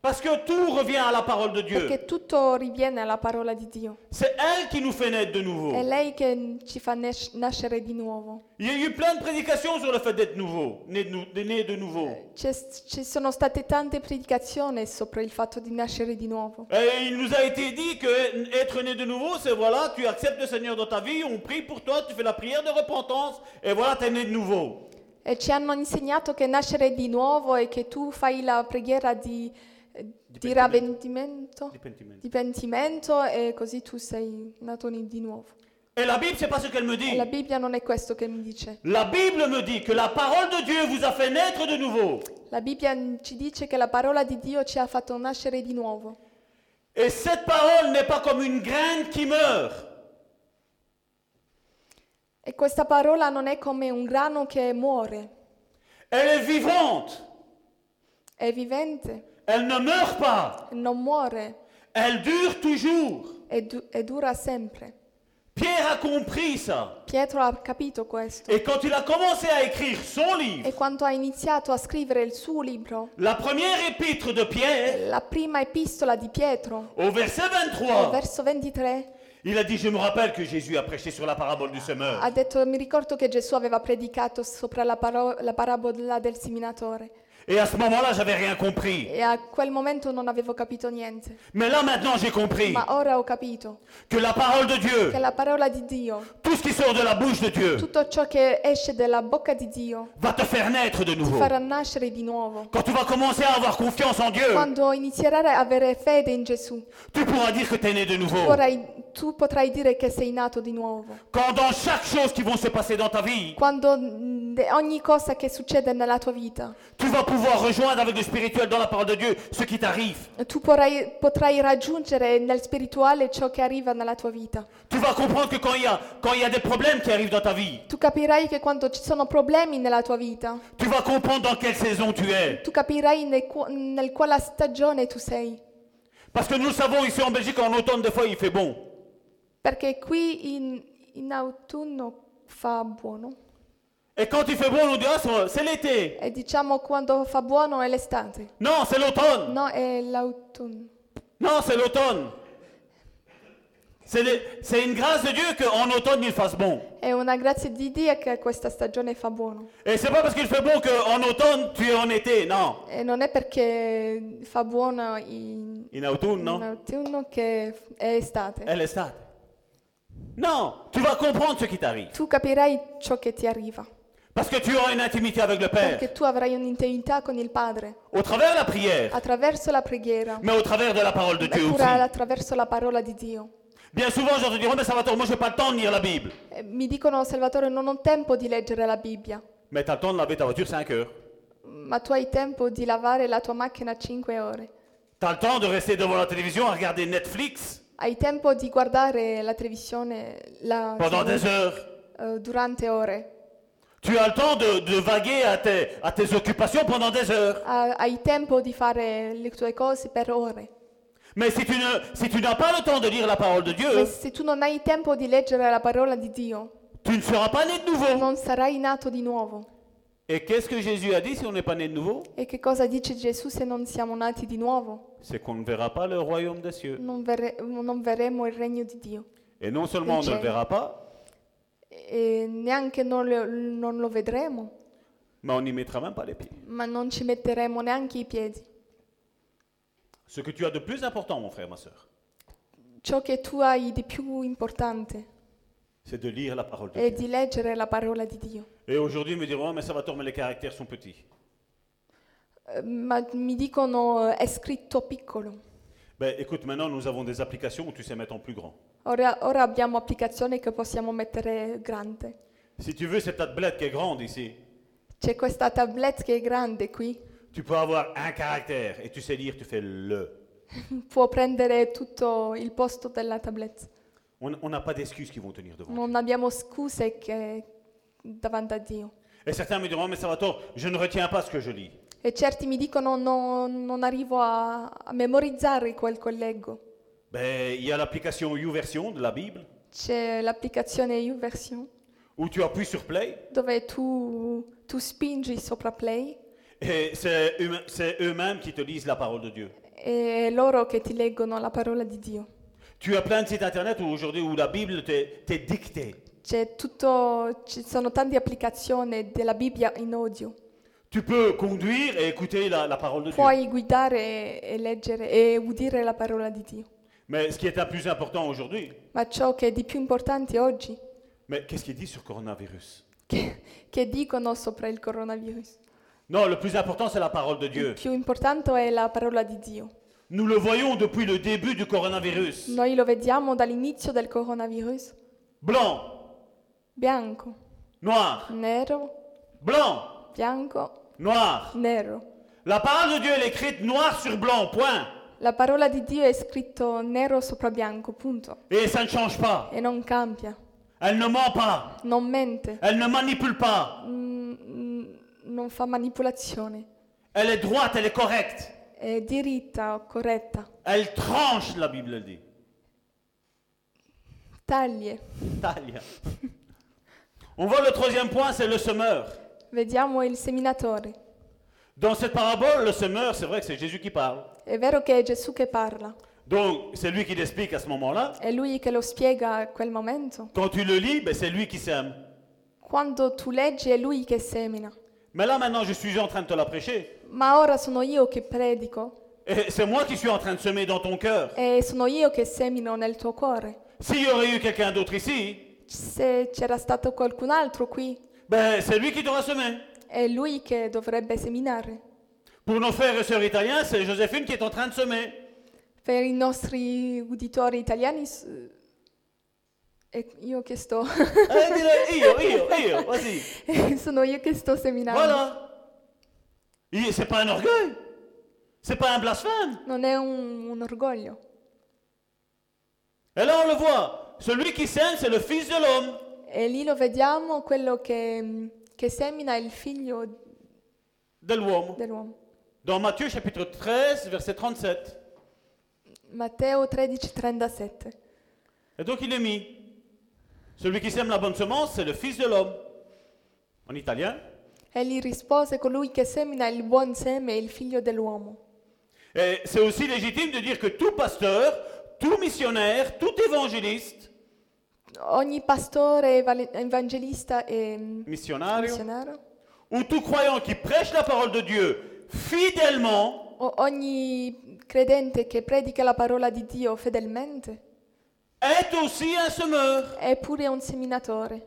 Parce que tout revient à la parole de Dieu.
perché tutto riviene alla parola di Dio.
C'est elle qui nous fait naître de
È
nouveau.
lei che ci fa nas- nascere di nuovo.
Il y a eu plein de prédications sur le fait d'être nouveau, né de nou- né de nouveau.
C'è- ci sono state tante predicazioni sopra il fatto di nascere di nuovo.
Et il nous a été dit que être né de nouveau, c'est voilà, tu acceptes le Seigneur dans ta vie, on prie pour toi, tu fais la prière de repentance, et voilà, tu es né de nouveau.
E ci hanno insegnato che nascere di nuovo è che tu fai la preghiera di, eh, di ravventimento, di pentimento e così tu sei nato ni- di nuovo.
Et la Bible, c'est pas ce qu'elle me
E
dit.
la Bibbia non è questo che mi dice.
La Bible me dit que la parole de Dieu vous a fait naître de nouveau.
La Bibbia ci dice che la parola di Dio ci ha fatto nascere di nuovo.
Et cette parole n'est pas comme une graine qui meurt.
E questa parola non è come un grano che muore,
Elle est vivante.
è vivente,
Elle ne meurt pas.
non muore
Elle dure toujours.
e, du- e dura sempre.
Pierre a compris ça.
Pietro ha capito questo
Et quand il a commencé à écrire son livre,
e quando ha iniziato a scrivere il suo libro,
la première épître de Pierre,
la prima epistola di Pietro,
Au verset
al
23,
verso 23,
il a dit, je me rappelle que Jésus a prêché sur la parabole du semeur.
Ah. ha detto mi ricordo che Gesù aveva predicato sopra la, paro- la parabola del seminatore
Et à ce moment-là, j'avais rien compris.
E a quel momento non avevo capito niente.
Mais là maintenant, j'ai compris
Ma ora ho capito
que la parole de Dieu,
che la parola di Dio,
tout ce qui sort de la bouche de Dieu,
tutto ciò che esce dalla bocca di Dio,
va te faire naître de nouveau.
farà nascere di nuovo.
Quand tu vas commencer à avoir confiance en Dieu,
Quando inizierai a avere fede in Gesù,
tu pourras dire que tu es né de nouveau.
vorrai- tu potrai dire che sei nato di nuovo.
Quand dans chaque chose qui vont se passer dans ta vie,
Quando mh, ogni cosa che succede nella tua vita,
tu vas pouvoir rejoindre avec le spirituel dans la parole de Dieu ce qui t'arrive.
tu potrai, potrai raggiungere nel spirituale ciò che arriva nella tua vita.
Tu vas comprendre que quand il y a, quand il y a des problèmes qui arrivent dans ta vie,
Tu capirai che quando ci sono problemi nella tua vita,
tu vas comprendre dans quelle saison tu es.
tu capirai nel, qu- nel quale stagione tu sei.
Parce que nous le savons ici en Belgique, en automne, des fois, il fait bon.
Perché qui in, in autunno fa buono.
Et quand il fait bon, on nous dit, ah, c'est- c'est l'été.
E diciamo quando fa buono è l'estate.
Non, c'est l'automne.
No, è l'autunno.
Non, c'est l'automne. C'est le- c'est une grâce de Dieu qu'en automne, il fasse bon.
È una grazia di Dio che questa stagione fa buono.
Et c'est pas parce qu'il fait bon qu'en automne, tu es en été. Non.
E non è perché fa buono in,
In automne,
in
non
autunno che f- è estate.
Elle est stade. Non, tu vas comprendre ce qui t'arrive.
Tu capirai ciò che ti arriva.
Parce que tu auras une intimité avec le Père.
Perché tu avrai un'intimità con il Padre
Au travers de la prière,
attraverso la preghiera,
mais au travers de la parole de Dieu
oppure
aussi.
attraverso Bah, la parola di Dio.
Bien souvent, je te dirais, mais Salvatore, moi, j'ai pas le temps de lire la Bible.
Eh, Mi dicono, Salvatore, non ho tempo di leggere la Bibbia,
Mais t'as le temps de laver ta voiture 5 heures.
ma tu hai tempo di lavare la tua macchina 5 ore.
T'as le temps de rester devant la télévision à regarder Netflix
Hai tempo di guardare la televisione la
pendant
TV,
des heures.
eh, durante ore.
Tu as le temps de, de vaguer à tes, à tes occupations pendant des heures.
Ha- Hai tempo di fare le tue cose per ore.
Mais si tu ne- si tu n'as pas le temps de lire la parole de
Ma
Dieu,
se tu non hai tempo di leggere la parola di Dio,
tu ne seras pas né de nouveau.
non sarai nato di nuovo.
Et qu'est-ce que Jésus a dit si on n'est pas né de nouveau
E che cosa dice Gesù se non siamo nati di nuovo?
c'est qu'on ne verra pas le royaume des cieux.
Non, verre- non verremo il regno di Dio.
Et non seulement on ne le
Leggero.
verra pas,
E neanche non lo- non lo vedremo.
mais on n'y mettra même pas les pieds.
ma non ci metteremo neanche i piedi.
Ce que tu as de plus important, mon frère, ma soeur,
Ciò che tu hai di più importante
c'est de lire la parole de
è
Dieu.
di leggere la parola di Dio.
Et aujourd'hui, ils me diront, Ah, mais Salvatore, mais les caractères sont petits.
Eh, Ma mi dicono eh, è scritto piccolo.
Ben écoute, maintenant, nous avons des applications où tu sais mettre en plus grand.
Ora, ora abbiamo applicazioni che possiamo mettere grande.
Si tu veux cette tablette qui est grande ici,
C'è questa tablette che è grande qui,
tu peux avoir un caractère et tu sais lire, tu fais le.
può prendere tutto il posto della tablette.
On on n'a pas d'excuses qui vont tenir devant.
Non abbiamo scuse che- davanti a Dio.
Et certains me diront, Ah, mais Salvatore, je ne retiens pas ce que je lis.
E certi mi dicono "No, non arrivo a, a memorizzare quel che leggo.
Ben, il y a l'application YouVersion de la Bible,
C'è l'applicazione YouVersion
où tu appuies sur Play,
dove tu, tu spingi sopra play
Et c'est eux- c'est eux-mêmes qui te lisent la parole de Dieu.
e è loro che ti leggono la parola di Dio.
Tu as plein de sites internet où aujourd'hui où la Bible t'est t'est dictée.
C'è tutto, ci sono tante applicazioni della Bibbia in audio.
Tu peux conduire et écouter la, la parole de Dieu.
Puoi guidare e leggere e udire la parola di Dio.
Mais ce qui est le plus important aujourd'hui,
Ma ciò che è di più importante oggi,
mais qu'est-ce qu'il dit sur coronavirus
che, che dicono sopra il coronavirus,
Non, le plus important c'est la parole de
il
Dieu.
più importante è la parola di Dio.
Nous le voyons depuis le début du coronavirus.
Noi lo vediamo dall'inizio del coronavirus,
Blanc,
bianco,
noir,
nero,
blanc,
bianco,
noir.
nero.
La parole de Dieu elle est écrite noir sur blanc, point.
La parola di Dio è scritto nero sopra bianco, punto.
Et ça ne change pas.
E non cambia,
Elle ne ment pas.
non mente,
Elle ne manipule pas.
mm, non fa manipolazione.
Elle est droite, elle est correcte.
È diritta, corretta.
Elle tranche, la Bible le dit.
Taglie.
Talia. On voit le troisième point, c'est le semeur.
Vediamo il seminatore.
Dans cette parabole, le semeur, c'est vrai que c'est Jésus qui parle.
È vero che è Gesù che parla,
Donc, c'est lui qui l'explique à ce moment-là.
è lui che lo spiega a quel momento.
Quand tu le lis, ben, c'est lui qui sème.
Quando tu leggi è lui che semina.
Mais là maintenant, je suis en train de te la prêcher.
Ma ora sono io che predico
Et c'est moi qui suis en train de semer dans ton cœur.
e sono io che semino nel tuo cuore.
S'il y aurait eu quelqu'un d'autre ici,
Se c'era stato qualcun altro qui,
ben c'est lui qui t'aura semé.
è lui che dovrebbe seminare.
Pour nos frères et sœurs italiens, c'est Joséphine qui est en train de semer.
Per i nostri uditori italiani... s- e io che sto...
Eh, dis-le, io, io, io, vas-y.
sono io che sto seminando.
Voilà. Et C'est pas un orgueil. C'est pas un blasphème.
Non è un, un orgoglio.
Et là, on le voit. Celui qui sème, c'est le Fils de l'homme.
E lì lo vediamo, quello che, che semina è il figlio
De l'homme.
dell'uomo.
Dans Matthieu chapitre 13, verset 37.
Matteo 13:37.
Et donc il est mis. Celui qui sème la bonne semence, c'est le Fils de l'homme. En italien.
Egli rispose, colui che semina il buon seme è il figlio dell'uomo.
Et c'est aussi légitime de dire que tout pasteur, tout missionnaire, tout évangéliste,
Ogni pastore, evale- evangelista e
missionnario,
missionario,
ou tout croyant qui prêche la parole de Dieu fidèlement,
o ogni credente che predica la parola di Dio fedelmente,
est aussi un semeur.
è pure un seminatore.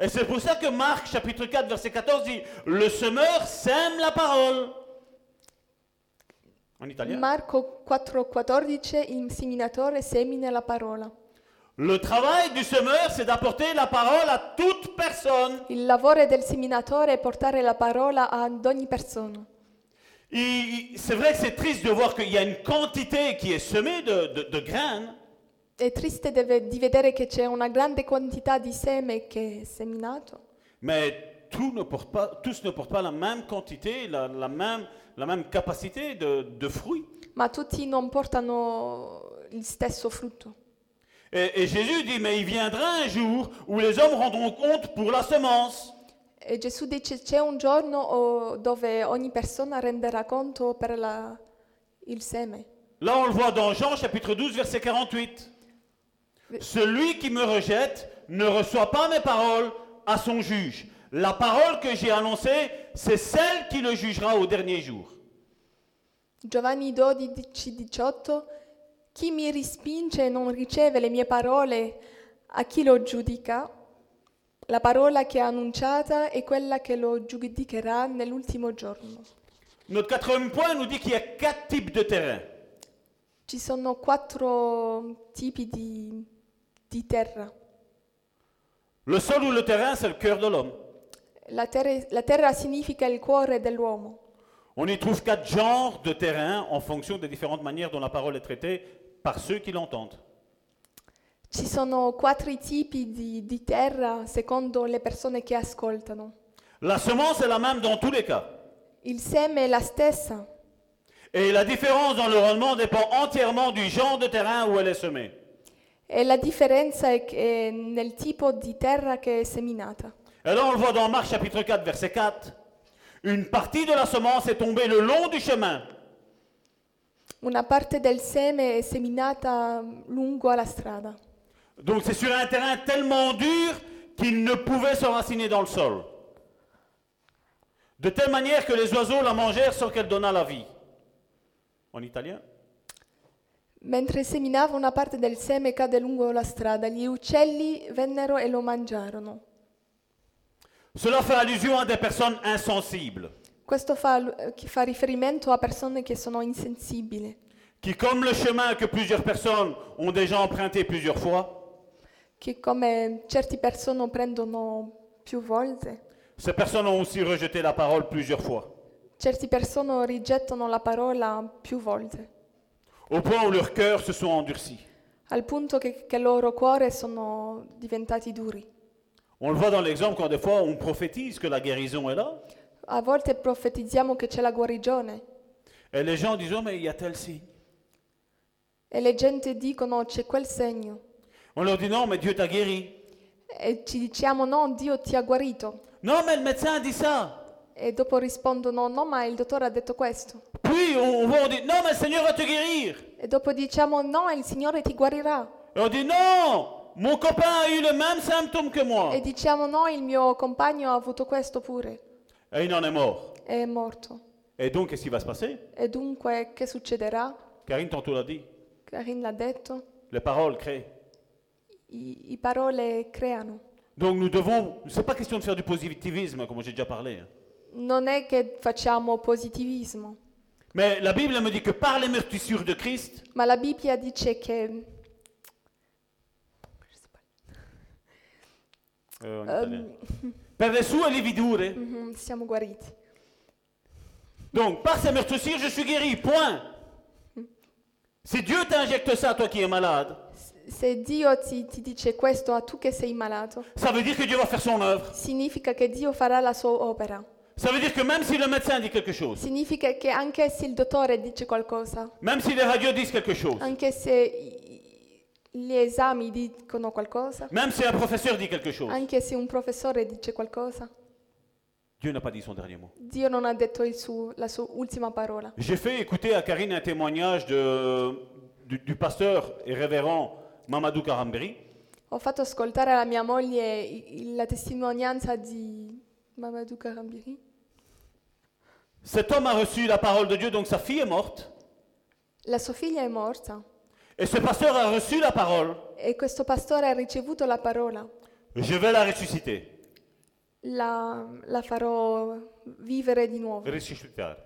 Et c'est pour ça que Marc chapitre 4 verset 14 dit le semeur sème la parole. En italien.
Marco 4:14, il seminatore semina la parola.
le travail du semeur, c'est d'apporter la parole à toute personne.
Il lavoro del seminatore è portare la parola ad ogni persona.
Il- il- C'est vrai que c'est triste de voir qu'il y a une quantité qui est semée de, de, de graines,
È triste di ve- di vedere che c'è una grande quantità di seme che è seminato,
mais tout ne porte pas, tous ne portent pas la même quantité, la, la même, la même capacité de, de fruits.
ma tutti non portano il stesso frutto.
Et, et Jésus dit, mais il viendra un jour où les hommes rendront compte pour la semence.
E Gesù dice c'è un giorno oh, dove ogni persona renderà conto per la- il seme.
Là, on le voit dans Jean chapitre 12, verset 48.
Mais-
Celui qui me rejette ne reçoit pas mes paroles à son juge. La parole que j'ai annoncée, c'est celle qui le jugera au dernier jour.
Giovanni 12, 18 Chi mi respinge e non riceve le mie parole, a chi lo giudica? La parola che ha annunciata è quella che lo giudicherà nell'ultimo giorno.
Notre quatrième point nous dit qu'il y a quatre types de terrain.
Ci sono quattro tipi di, di terra.
Le sol ou le terrain, c'est le cœur de l'homme.
La, terra. la terra significa il cuore dell'uomo.
On y trouve quatre genres de terrain en fonction des différentes manières dont la parole est traitée par ceux qui l'entendent.
Ci sono quattro tipi di, di terra secondo le persone che ascoltano.
La semence est la même dans tous les cas.
Il seme è la stessa,
Et la différence dans le rendement dépend entièrement du genre de terrain où elle est semée.
E la differenza è che è nel tipo di terra che è seminata.
Et là, on le voit dans Marc chapitre 4, verset 4. Une partie de la semence est tombée le long du chemin.
Una parte del seme è seminata lungo la strada.
Donc c'est sur un terrain tellement dur qu'il ne pouvait s'enraciner dans le sol. De telle manière que les oiseaux la mangèrent sans qu'elle donnât la vie. En italien
Mentre seminava una parte del seme cade lungo la strada, gli uccelli vennero e lo mangiarono.
Cela fait allusion à des personnes insensibles,
Questo fa, che fa riferimento a persone che sono insensibili,
qui, comme le chemin que plusieurs personnes ont déjà emprunté plusieurs fois,
che come certe persone prendono più volte,
ces personnes ont aussi rejeté la parole plusieurs fois,
certe persone rigettano la parola più volte,
au point où leurs cœurs se sont endurcis.
al punto che, che il loro cuore sono diventati duri.
On le voit dans l'exemple quand des fois on prophétise que la guérison est là,
A volte profetizziamo che c'è la guarigione
et les gens disent oh, mais il y a tel signe.
e le gente dicono c'è quel segno
On leur dit non mais Dieu t'a guéri.
e ci diciamo no, Dio ti ha guarito
Non mais le médecin dit ça.
e dopo rispondono no, ma il dottore ha detto questo
Puis on, on voit, on dit non mais le Seigneur va te guérir.
e dopo diciamo no, il Signore ti guarirà
Et on dit non, mon copain a eu le même symptôme que moi.
e diciamo no, il mio compagno ha avuto questo pure
Et il en est mort.
è morto.
Et donc, qu'est-ce qui va se passer
E dunque che succederà?
Karine tantôt l'a dit.
Karin l'ha detto,
Les paroles créent.
i, i parole creano.
Donc nous devons, c'est pas question de faire du positivisme, comme j'ai déjà parlé. hein.
Non è che facciamo positivismo,
Mais la Bible elle me dit que par les meurtrissures de Christ,
ma la Bibbia dice che
euh, en
ehm,
italien, per le sue le vidure.
mhm, siamo guariti.
Donc par ces meurtrissures, je suis guéri. Point. Si Dieu t'injecte ça, toi qui es malade,
Se Dio ti, ti dice questo a tu che sei malato,
ça veut dire que Dieu va faire son œuvre.
significa che Dio farà la sua opera.
Ça veut dire que même si le médecin dit quelque chose,
Significa che anche se il dottore dice qualcosa,
même si les radios disent quelque chose,
anche se i- gli esami dicono qualcosa,
même si un professeur dit quelque chose,
anche se un professore dice qualcosa,
Dieu n'a pas dit son dernier mot.
Dio non ha detto il suo- la sua ultima parola.
J'ai fait écouter à Karine un témoignage de- du, du pasteur et révérend Mamadou Karamberi.
Ho fatto ascoltare alla mia moglie i- i- la testimonianza di Mamadou Karambiri.
Cet homme a reçu la parole de Dieu, donc sa fille est morte.
La sua figlia è morta
Et ce pasteur a reçu la parole.
e questo pastore ha ricevuto la parola.
Je vais la ressusciter.
La, la farò vivere di nuovo.
Ressuscitar.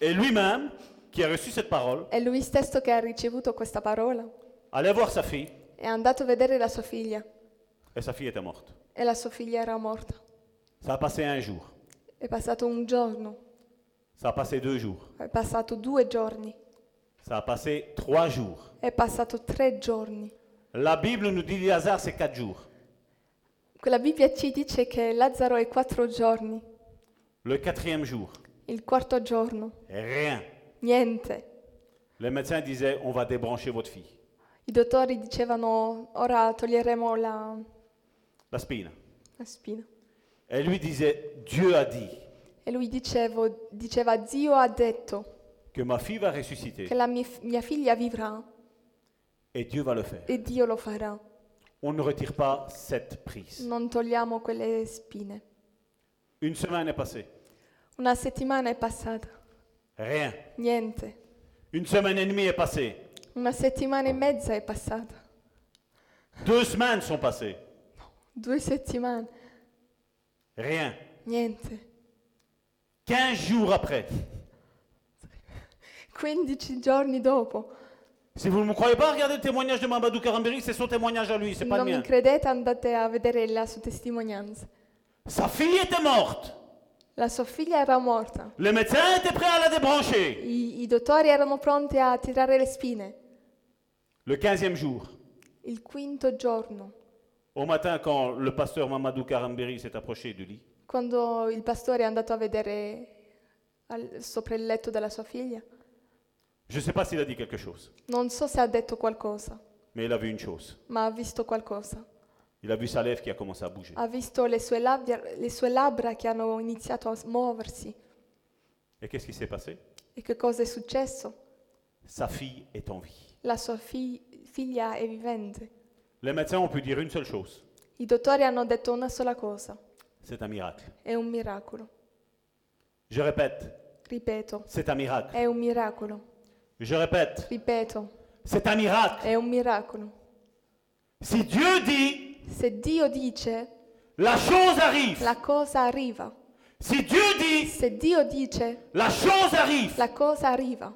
Et lui-même, qui a reçu cette parole,
È lui stesso che ha ricevuto questa parola.
allait voir sa fille.
È andato a vedere la sua figlia
Et sa fille était morte.
e la sua figlia era morta.
Ça a passé un jour.
È passato un giorno,
Ça a passé deux jours.
è passato due giorni,
Ça a passé trois jours.
è passato tre giorni.
La Bible nous dit Lazare, c'est quatre jours.
La Bibbia ci dice che Lazzaro è quattro giorni,
Le quatrième jour,
il quarto giorno,
rien.
niente.
Les médecins disaient, on va débrancher votre fille.
I dottori dicevano ora toglieremo la,
La spine.
la spina.
Et lui disait, Dieu a dit
E lui dicevo- diceva Dio ha detto
que ma fille va ressusciter.
che la mia, mia figlia vivrà
Et Dieu va le faire.
e Dio lo farà.
On ne retire pas cette prise.
Non togliamo quelle spine.
Une semaine est passée.
Una settimana è passata,
Rien.
niente.
Une semaine et demie est passée.
Una settimana e mezza è passata,
Deux semaines sont passées.
due settimane,
Rien.
niente.
Quinze jours après.
15 giorni dopo,
Si vous ne me croyez pas, regardez le témoignage de Mamadou Karambiri, c'est son témoignage à lui, c'est pas
non
le
mi
mien.
credete, andate a vedere la sua testimonianza.
Sa fille était morte.
La sua figlia era morta,
Les médecins étaient prêts à la débrancher.
i, i dottori erano pronti a tirare le spine.
Le quinzième jour,
Il quinto giorno,
au matin, quand le pasteur Mamadou Karambiri s'est approché du lit,
quando il pastore è andato a vedere al- sopra il letto della sua figlia,
je ne sais pas s'il a dit quelque chose,
non so se ha detto qualcosa,
mais il a vu une chose.
ma ha visto qualcosa.
Il a vu sa lèvre qui a commencé à bouger.
Ha visto le sue labbra, le sue labbra che hanno iniziato a s- muoversi.
Et qu'est-ce qui s'est passé
E che cosa è successo?
Sa fille est en vie.
La sua fi- figlia è vivente.
Les médecins ont pu dire une seule chose,
I dottori hanno detto una sola cosa,
c'est un miracle.
è un miracolo.
Je répète,
Ripeto,
c'est un miracle.
è un miracolo.
Je répète,
Ripeto,
c'est un miracle.
è un miracolo.
Si Dieu dit,
Se Dio dice,
la chose arrive.
la cosa arriva.
Si Dieu dit,
Se Dio dice,
la chose arrive.
la cosa arriva.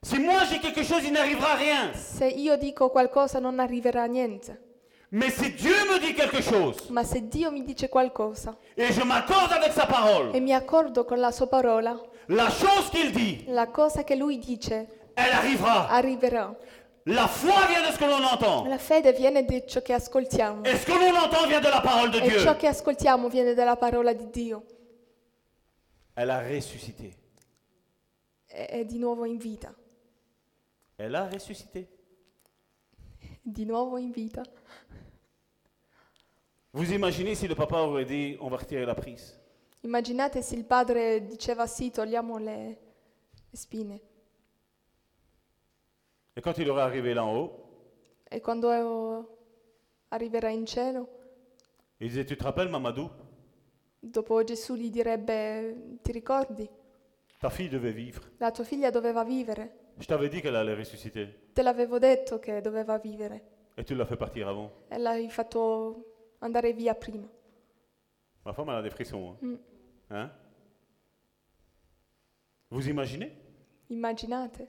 Si moi j'ai quelque chose, il n'arrivera rien.
Se io dico qualcosa non arriverà niente.
Mais si Dieu me dit quelque chose,
Ma se Dio mi dice qualcosa
et je m'accorde avec sa parole,
e mi accordo con la sua parola,
la chose qu'il dit,
la cosa che lui dice
elle arrivera.
arriverà.
La foi vient de ce que l'on entend.
La fede viene da ciò che ascoltiamo
Et ce que l'on entend vient de la parole de
e
Dieu.
ciò che ascoltiamo viene dalla parola di Dio
Elle a ressuscité.
e è di nuovo in vita.
Elle a ressuscité.
Di nuovo in vita.
Vous imaginez si le papa aurait dit, on va retirer la prise.
Immaginate se il padre diceva sì, togliamo le le spine.
Et quand il aurait arrivé là en haut,
E quando eh, arriverà in cielo,
Il disait, tu te rappelles Mamadou
Dopo Gesù gli direbbe, ti ricordi?
Ta fille devait vivre.
La tua figlia doveva vivere.
Je t'avais dit qu'elle allait ressusciter.
Te l'avevo detto che doveva vivere.
Et tu l'as fait partir avant.
E l'hai fatto andare via prima.
Ma femme, elle a des frissons. Hein? Hein? Vous imaginez
Immaginate.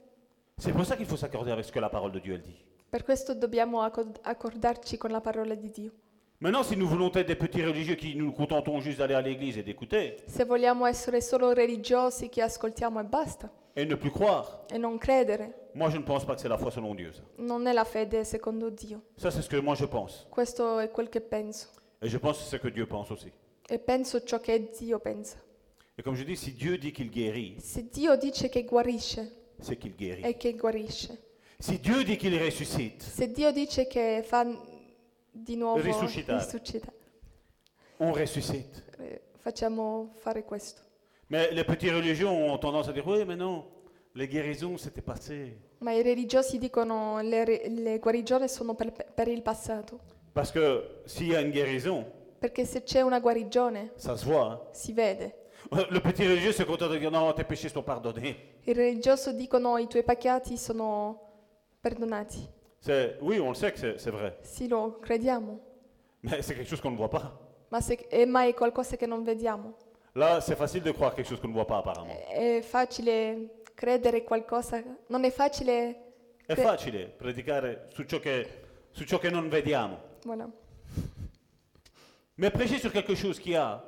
C'est pour ça qu'il faut s'accorder avec ce que la parole de Dieu elle dit.
Per questo dobbiamo accor- accordarci con la parola di Dio.
Maintenant, si nous voulons être des petits religieux qui nous contentons juste d'aller à l'église et d'écouter
Se vogliamo essere solo religiosi che ascoltiamo e basta,
et ne plus croire,
e non credere,
moi je ne pense pas que c'est la foi selon Dieu. Ça,
non è la fede secondo Dio.
Ça, c'est ce que moi je pense.
Questo è quel che penso.
Et je pense que c'est ce que Dieu pense aussi.
E penso ciò che Dio pensa.
Et comme je dis, si Dieu dit qu'il guérit,
Se Dio dice che guarisce,
c'est qu'il guérit.
è che guarisce.
Si Dieu dit qu'il ressuscite,
Se Dio dice che fa di nuovo
Risuscitare.
risuscitare,
on ressuscite.
eh, facciamo fare questo.
Mais les petits religieux ont tendance à dire oui, mais non, les guérisons c'était passé.
Ma i religiosi dicono le, re- le guarigioni sono per, per il passato.
Parce que s'il y a une guérison,
Perché se c'è una guarigione,
ça se voit. hein.
si vede.
Le petit religieux se contente de dire non, tes péchés sont pardonnés.
Il religioso dicono i tuoi peccati sono perdonati.
C'est- Oui, on le sait que c'est c'est vrai,
Sì, lo crediamo,
mais c'est quelque chose qu'on ne voit pas.
ma se è mai qualcosa che non vediamo.
Là, c'est facile de croire quelque chose qu'on ne voit pas apparemment.
È facile credere qualcosa, non è facile...
È
cre-
facile predicare su ciò che, su ciò che non vediamo.
voilà.
Mais prêcher sur quelque chose qu'il y a.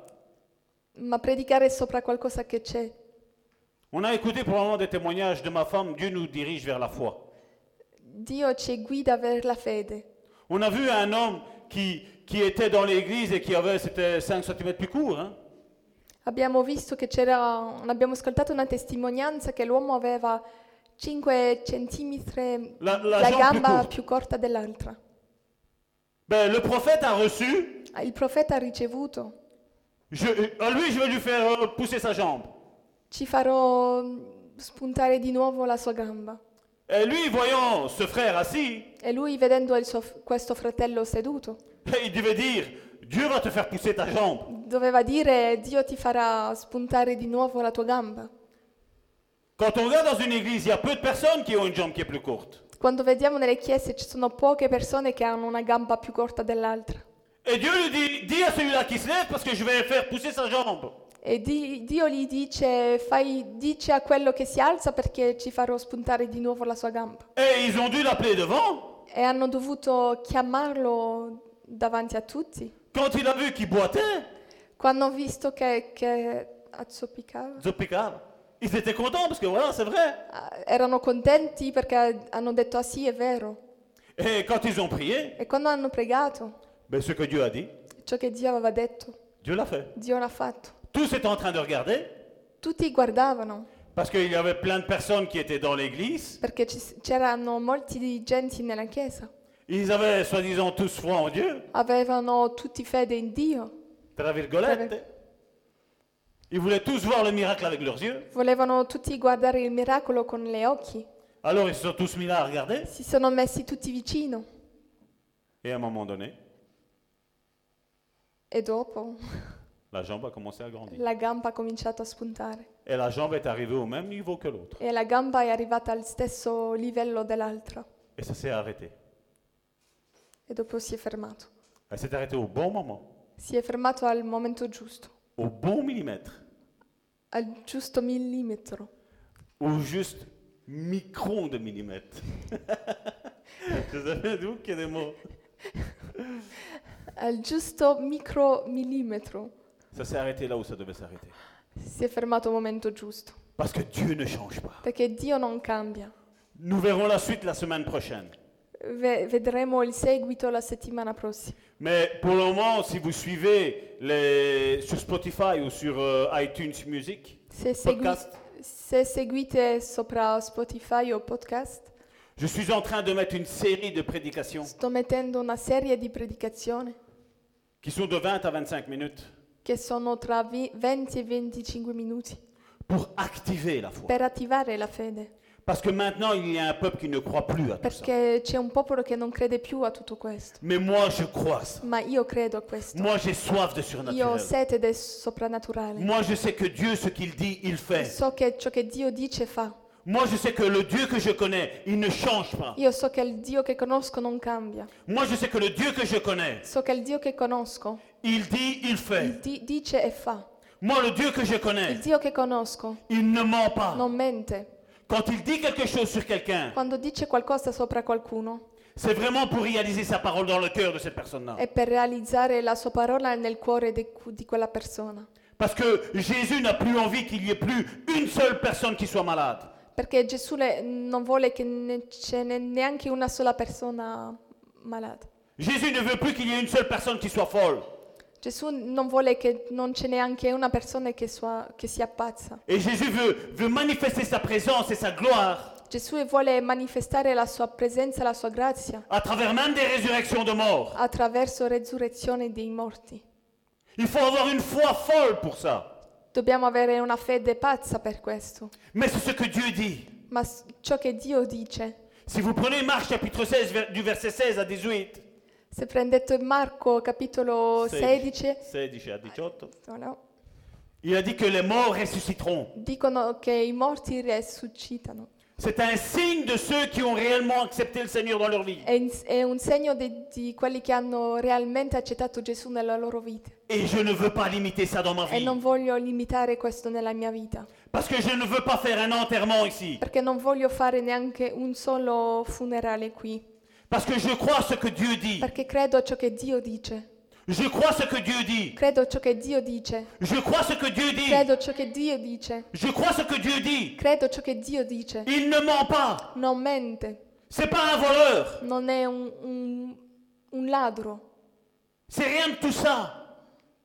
Ma predicare sopra qualcosa che c'è.
On a écouté probablement des témoignages de ma femme, Dieu nous dirige vers la foi.
Dio ci guida vers la fede.
On a vu un homme qui, qui était dans l'église et qui avait c'était 5 cm plus court. hein.
Abbiamo visto che c'era, abbiamo ascoltato una testimonianza che l'uomo aveva 5 centimetri
La- la jambe più
gamba
corta.
più corta dell'altra.
Ben, le prophète a reçu,
Il profeta ha ricevuto
je, à lui je vais lui faire euh, pousser sa jambe.
ci farò mm, spuntare di nuovo la sua gamba.
Et lui, voyant ce frère assis,
E lui, vedendo il suo- questo fratello seduto,
il devait dire, Dieu va te faire pousser ta jambe.
doveva dire Dio ti farà spuntare di nuovo la tua gamba.
Quand on regarde dans une église, il y a peu de personnes qui ont une jambe qui est plus courte.
Quando vediamo nelle chiese ci sono poche persone che hanno una gamba più corta dell'altra.
Et Dieu lui dit, dis à celui-là qui se lève parce que je vais faire pousser sa jambe.
E Di- Dio gli dice, fai, dice a quello che si alza perché ci farò spuntare di nuovo la sua gamba.
Et ils ont dû l'appeler devant.
E hanno dovuto chiamarlo davanti a tutti.
Quand il a vu qu'il boitait,
Quando ho visto che, che azzoppicava,
Zopika, ils étaient contents parce que voilà, c'est vrai.
ah, erano contenti perché hanno detto, ah sì, è vero.
Et quand ils ont prié,
E quando hanno pregato,
ben, ce que Dieu a dit,
ciò che Dio aveva detto,
Dieu l'a fait.
Dio l'ha fatto.
Tous étaient en train de regarder
Tutti guardavano,
parce qu'il y avait plein de personnes qui étaient dans l'église.
perché ci- c'erano molti dirigenti nella chiesa.
Ils avaient soi-disant tous foi en Dieu.
Avevano tutti fede in Dio.
Tra virgolette. Ils voulaient tous voir le miracle avec leurs yeux.
Volevano tutti guardare il miracolo con le occhi.
Alors ils se sont tous mis là à regarder.
Si sono messi tutti vicino.
Et à un moment donné,
E dopo
la jambe a commencé à grandir.
la gamba ha cominciato a spuntare.
Et la jambe est arrivée au même niveau que l'autre.
E la gamba è arrivata al stesso livello dell'altra.
Et ça s'est arrêté.
E dopo si è fermato.
Elle s'est arrêtée au bon moment,
Si è fermato al momento giusto.
au bon millimètre,
Al giusto millimetro.
au juste micron de millimètre. Je savais d'où qu'il y a des mots.
Al giusto micromillimetro.
Ça s'est arrêté là où ça devait s'arrêter.
Si è fermato al momento giusto.
Parce que Dieu ne change pas.
Perché Dio non cambia.
Nous verrons la suite la semaine prochaine.
Ve- vedremo il seguito la settimana prossima.
Mais pour le moment, si vous suivez les- sur Spotify ou sur euh, iTunes Music,
Se, segui-
Podcast.
se seguite sopra Spotify o podcast,
je suis en train de mettre une série de prédications
sto mettendo una serie di predicazioni
qui sont de 20 à 25 minutes
che sono tra vi- 20 e 25 minuti
pour activer la foi.
per attivare la fede,
Parce que maintenant, il y a un peuple qui ne croit plus à tout ça.
Perché c'è un popolo che non crede più a tutto questo.
Mais moi, je crois à ça.
Ma io credo a questo.
Moi, j'ai soif de
Io ho
surnaturel.
sete del soprannaturale.
Moi, je sais que Dieu, ce qu'il dit, il fait.
So che ciò che Dio dice fa.
Moi, je sais que le Dieu que je connais, il ne change pas.
Io so che il Dio che conosco non cambia.
Moi, je sais que le Dieu que je connais,
So che il Dio che conosco
il dit, il fait.
di- dice e fa.
Moi, le Dieu que je connais,
Il Dio che conosco
il ne ment pas.
non mente.
Quand il dit quelque chose sur quelqu'un,
Quando dice qualcosa sopra qualcuno
c'est vraiment pour réaliser sa parole dans le cœur de cette personne-là.
è per realizzare la sua parola nel cuore de- di quella persona.
Parce que Jésus n'a plus envie qu'il y ait plus une seule personne qui soit malade.
Perché Gesù le- non vuole che ne- ce n'è neanche una sola persona malata.
Jésus ne veut plus qu'il y ait une seule personne qui soit folle.
Gesù non vuole che non c'è neanche una persona che, sua- che sia pazza.
Et Jésus veut, veut manifester sa présence et sa gloire
Gesù vuole manifestare la sua presenza, la sua grazia
à travers même des résurrections de morts.
attraverso resurrezione dei morti.
Il faut avoir une foi folle pour ça.
Dobbiamo avere una fede pazza per questo.
Mais c'est ce que Dieu dit.
Ma s- ciò che Dio dice,
Si vous prenez Marc chapitre 16 vers- du verset 16 à 18.
se prendete Marco capitolo 16,
16 à 18.
no, no,
Il a dit que les morts ressusciteront.
dicono che i morti resuscitano.
C'est un signe de ceux qui ont réellement accepté le Seigneur dans leur vie.
È, in- è un segno de- di quelli che hanno realmente accettato Gesù nella loro vita.
Et je ne veux pas limiter ça dans ma
E
vie.
non voglio limitare questo nella mia vita,
Parce que je ne veux pas faire un enterrement ici.
perché non voglio fare neanche un solo funerale qui,
Parce que je crois ce que Dieu dit.
perché credo a ciò che Dio dice.
Je crois ce que Dieu dit.
Credo a ciò che Dio dice.
Je crois ce que Dieu dit.
Credo a ciò che Dio dice.
Je crois ce que Dieu dit.
Credo a ciò che Dio dice.
Il ne ment pas.
Non mente.
C'est pas un voleur.
non è un, un- un ladro,
C'est rien de tout ça.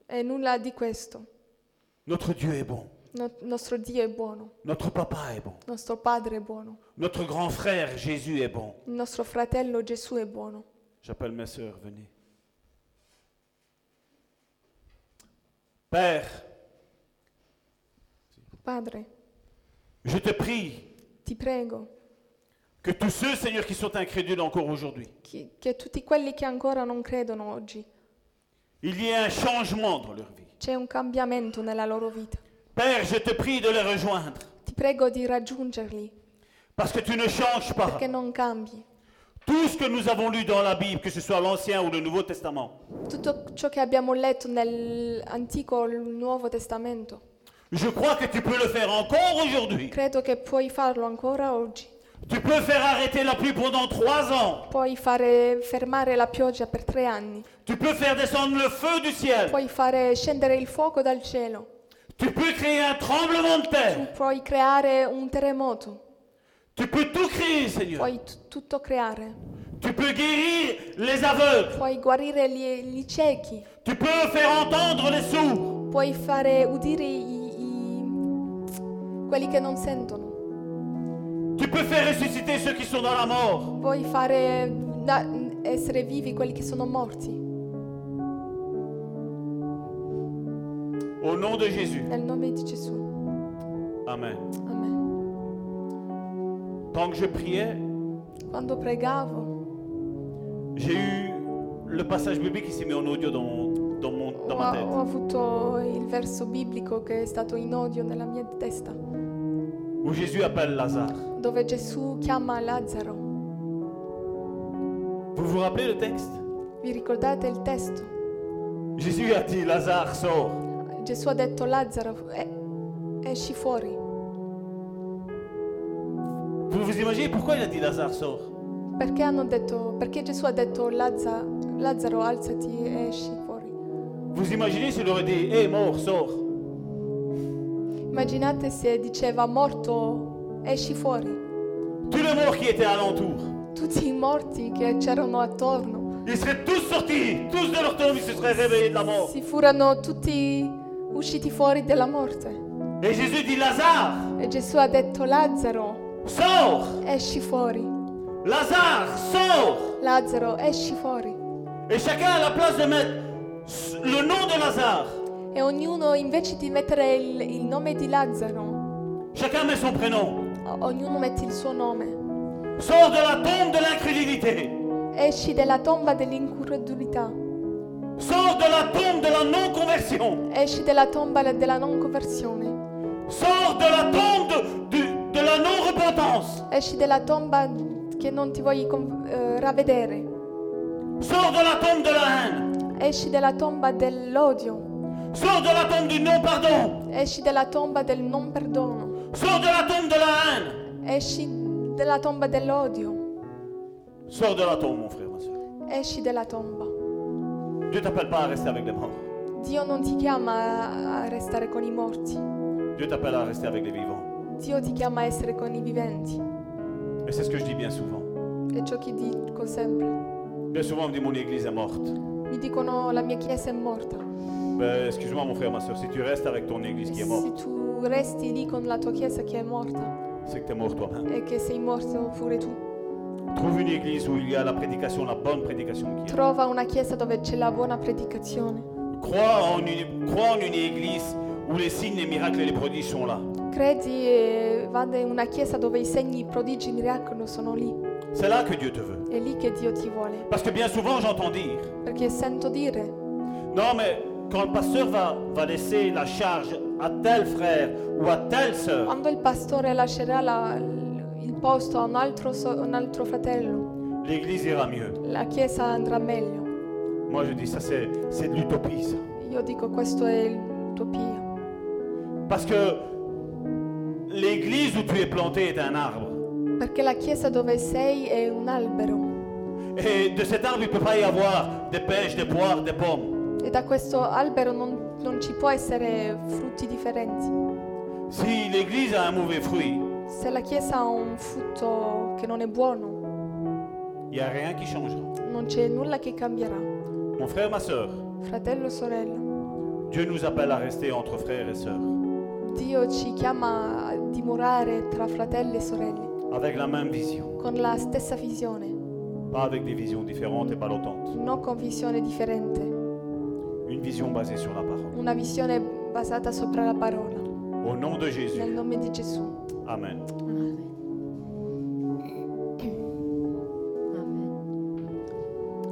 è nulla di questo.
Notre Dieu est bon.
No- nostro Dio è buono,
Notre papa est bon.
nostro Padre è buono,
Notre grand frère Jésus est bon.
il nostro fratello Gesù è buono.
J'appelle mes sœurs, venez. Père,
Padre,
je te prie
ti prego
que tous ceux, Seigneur, qui sont incrédules encore aujourd'hui,
che, che tutti quelli che ancora non credono oggi
il y ait un changement dans leur vie.
c'è un cambiamento nella loro vita.
Père, je te prie de les rejoindre
Ti prego di raggiungerli
parce que tu ne changes pas.
perché non cambi.
Tout ce que nous avons lu dans la Bible, que ce soit l'Ancien ou le Nouveau Testament,
Tutto ciò che abbiamo letto nell'Antico o nel Nuovo Testamento,
je crois que tu peux le faire encore aujourd'hui.
credo che puoi farlo ancora oggi.
Tu peux faire arrêter la pluie pendant trois ans.
Puoi fare fermare la pioggia per tre anni.
Tu peux faire descendre le feu du ciel.
Puoi fare scendere il fuoco dal cielo,
Tu peux créer un tremblement de terre.
puoi creare un terremoto,
Tu peux tout créer, Seigneur.
puoi tu- tutto creare,
Tu peux guérir les aveugles.
puoi guarire gli, gli ciechi,
Tu peux faire entendre les sourds.
puoi fare udire i, i- quelli che non sentono,
Tu peux faire ressusciter ceux qui sont dans la mort.
puoi fare da- essere vivi quelli che sono morti.
Au nom de Jésus.
Nel nome di Gesù.
Amen.
Amen.
Tant que je priais,
Quando pregavo
j'ai eu le passage biblique qui s'est mis en audio dans, mon- dans mon- dans
ho,
ma
ho
tête.
avuto il verso biblico che è stato in odio nella mia testa,
Où Jésus appelle Lazare.
dove Gesù chiama Lazzaro.
Vous vous rappelez le texte
Vi ricordate il testo?
Jésus a dit Lazare sort.
Gesù ha detto Lazzaro, "Eh, esci fuori.
Vous vous imaginez pourquoi il a dit Lazare sort
Perché, hanno detto, perché Gesù ha detto "Lazza- Lazzaro, alzati e esci fuori.
Vous imaginez s'il aurait dit Hé mort, sort
Immaginate se diceva morto, esci fuori.
Tous les morts qui étaient alentour.
Tutti i morti che c'erano attorno
Ils seraient tous sortis, tous de leur tombe, ils se seraient réveillés de la mort.
si furono tutti usciti fuori dalla morte.
Et Jésus dit Lazare,
E Gesù ha detto Lazzaro,
sors
esci fuori.
Lazare, sors
Lazzaro, esci fuori.
Et chacun à la place de mettre le nom de Lazare,
E ognuno invece di mettere il, il nome di Lazzaro,
chacun met son prénom.
ognuno mette il suo nome.
Sors de la tombe de l'incrédulité.
Esci dalla tomba dell'incredulità,
Sors de la tombe de la non-conversion.
esci dalla tomba della non conversione,
Sors de la tombe de, du- de la non-repentance.
esci dalla tomba che non ti vuoi con- eh, ravvedere,
Sors de la tombe de la haine.
esci dalla tomba dell'odio,
Sors de la tombe du non-pardon.
esci dalla tomba del non perdono,
Sors de la tombe de la haine.
esci dalla tomba dell'odio,
Sors de la tombe, mon frère, ma soeur.
esci dalla tomba.
Dieu t'appelle pas à rester avec les morts.
Dio non ti chiama a- a restare con i morti,
Dieu t'appelle à rester avec les vivants.
Dio ti chiama a essere con i viventi.
Et c'est ce que je dis bien souvent.
È ciò che dico sempre.
Bien souvent, on me dit mon église est morte.
Mi dicono la mia chiesa è morta.
Ben, excuse-moi, mon frère, ma soeur, si tu restes avec ton église qui est
Se
morte,
tu resti lì con la tua chiesa che è morta
c'est que t'es mort toi-même.
e che sei morto pure tu,
Trouve une église où il y a la prédication, la bonne prédication qui est.
trova una chiesa dove c'è la buona predicazione.
Crois en une, crois en une église où les signes, les miracles et les prodiges sont là.
Credi e vada in una chiesa dove i segni, i prodigi, i miracoli sono lì.
C'est là que Dieu te veut.
È lì che Dio ti vuole.
Parce que bien souvent, j'entends dire
Perché sento dire,
Non, mais quand le pasteur va, va laisser la charge à tel frère ou à telle sœur,
quando il pastore lascerà la- il posto a un altro, so- un altro fratello,
l'église ira mieux.
la chiesa andrà meglio.
Moi, je dis ça, c'est c'est de l'utopie, ça.
Io dico questo è l'utopia.
Parce que l'église où tu es planté est un arbre.
Perché la chiesa dove sei è un albero
Et de cet arbre, il ne peut pas y avoir des pêches, des poires, des pommes.
e da questo albero non, non ci può essere frutti differenti.
Si l'église a un mauvais fruit,
Se la chiesa ha un frutto che non è buono,
il n'y a rien qui changera.
non c'è nulla che cambierà.
Mon frère, ma soeur,
Fratello, sorella,
Dieu nous appelle à rester entre frères et sœurs,
Dio ci chiama a dimorare tra fratelli e sorelle,
avec la même vision,
con la stessa visione,
pas avec des visions différentes et balottantes.
non con visione differente,
Une vision basée sur la parole.
una visione basata sopra la parola.
Au nom de
Nel
Jésus.
nome di Gesù.
Amen.
Amen.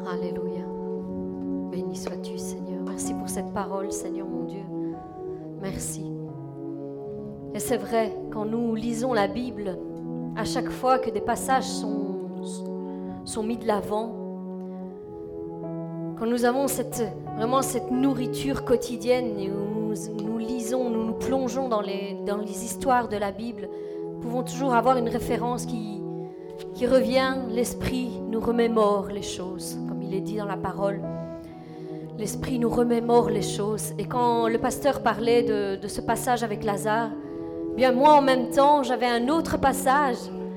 Alléluia. Béni sois-tu, Seigneur. Merci pour cette parole, Seigneur mon Dieu. Merci. Et c'est vrai, quand nous lisons la Bible, à chaque fois que des passages sont, sont mis de l'avant, quand nous avons cette, vraiment cette nourriture quotidienne et où nous, nous lisons, nous nous plongeons dans les, dans les histoires de la Bible, nous pouvons toujours avoir une référence qui, qui revient, l'Esprit nous remémore les choses, comme il est dit dans la parole. L'Esprit nous remémore les choses. Et quand le pasteur parlait de, de ce passage avec Lazare, eh bien moi en même temps, j'avais un autre passage.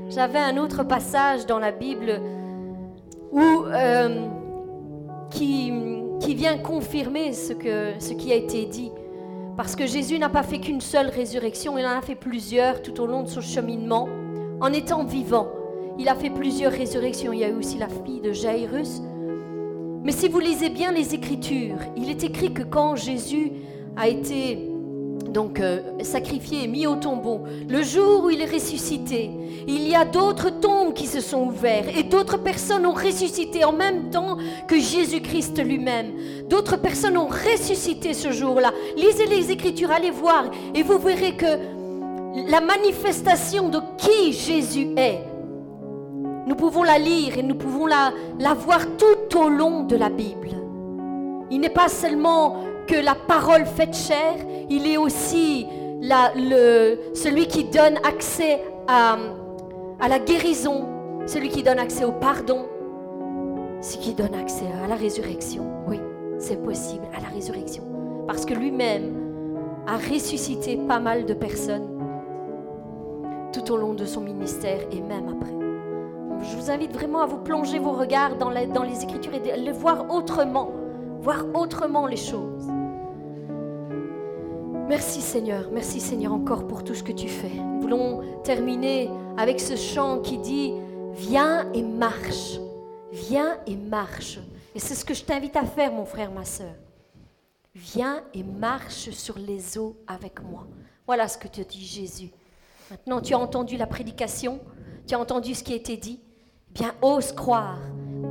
J'avais un autre passage dans la Bible où, euh, qui, qui vient confirmer ce, que, ce qui a été dit. Parce que Jésus n'a pas fait qu'une seule résurrection, il en a fait plusieurs tout au long de son cheminement, en étant vivant. Il a fait plusieurs résurrections. Il y a eu aussi la fille de Jairus. Mais si vous lisez bien les Écritures, il est écrit que quand Jésus a été donc euh, sacrifié et mis au tombeau, le jour où il est ressuscité, il y a d'autres tombes qui se sont ouvertes et d'autres personnes ont ressuscité en même temps que Jésus-Christ lui-même. D'autres personnes ont ressuscité ce jour-là. Lisez les Écritures, allez voir et vous verrez que la manifestation de qui Jésus est, nous pouvons la lire et nous pouvons la, la voir tout au long de la Bible. Il n'est pas seulement que la parole faite chair, il est aussi la- le- celui qui donne accès à, à la guérison, celui qui donne accès au pardon, celui qui donne accès à la résurrection. Oui, c'est possible, à la résurrection. Parce que lui-même a ressuscité pas mal de personnes tout au long de son ministère et même après. Je vous invite vraiment à vous plonger vos regards dans, la- dans les Écritures et de les voir autrement, voir autrement les choses. Merci Seigneur, merci Seigneur encore pour tout ce que tu fais. Nous voulons terminer avec ce chant qui dit Viens et marche, viens et marche. Et c'est ce que je t'invite à faire, mon frère, ma sœur. Viens et marche sur les eaux avec moi. Voilà ce que te dit Jésus. Maintenant, tu as entendu la prédication, tu as entendu ce qui a été dit. Eh bien, ose croire,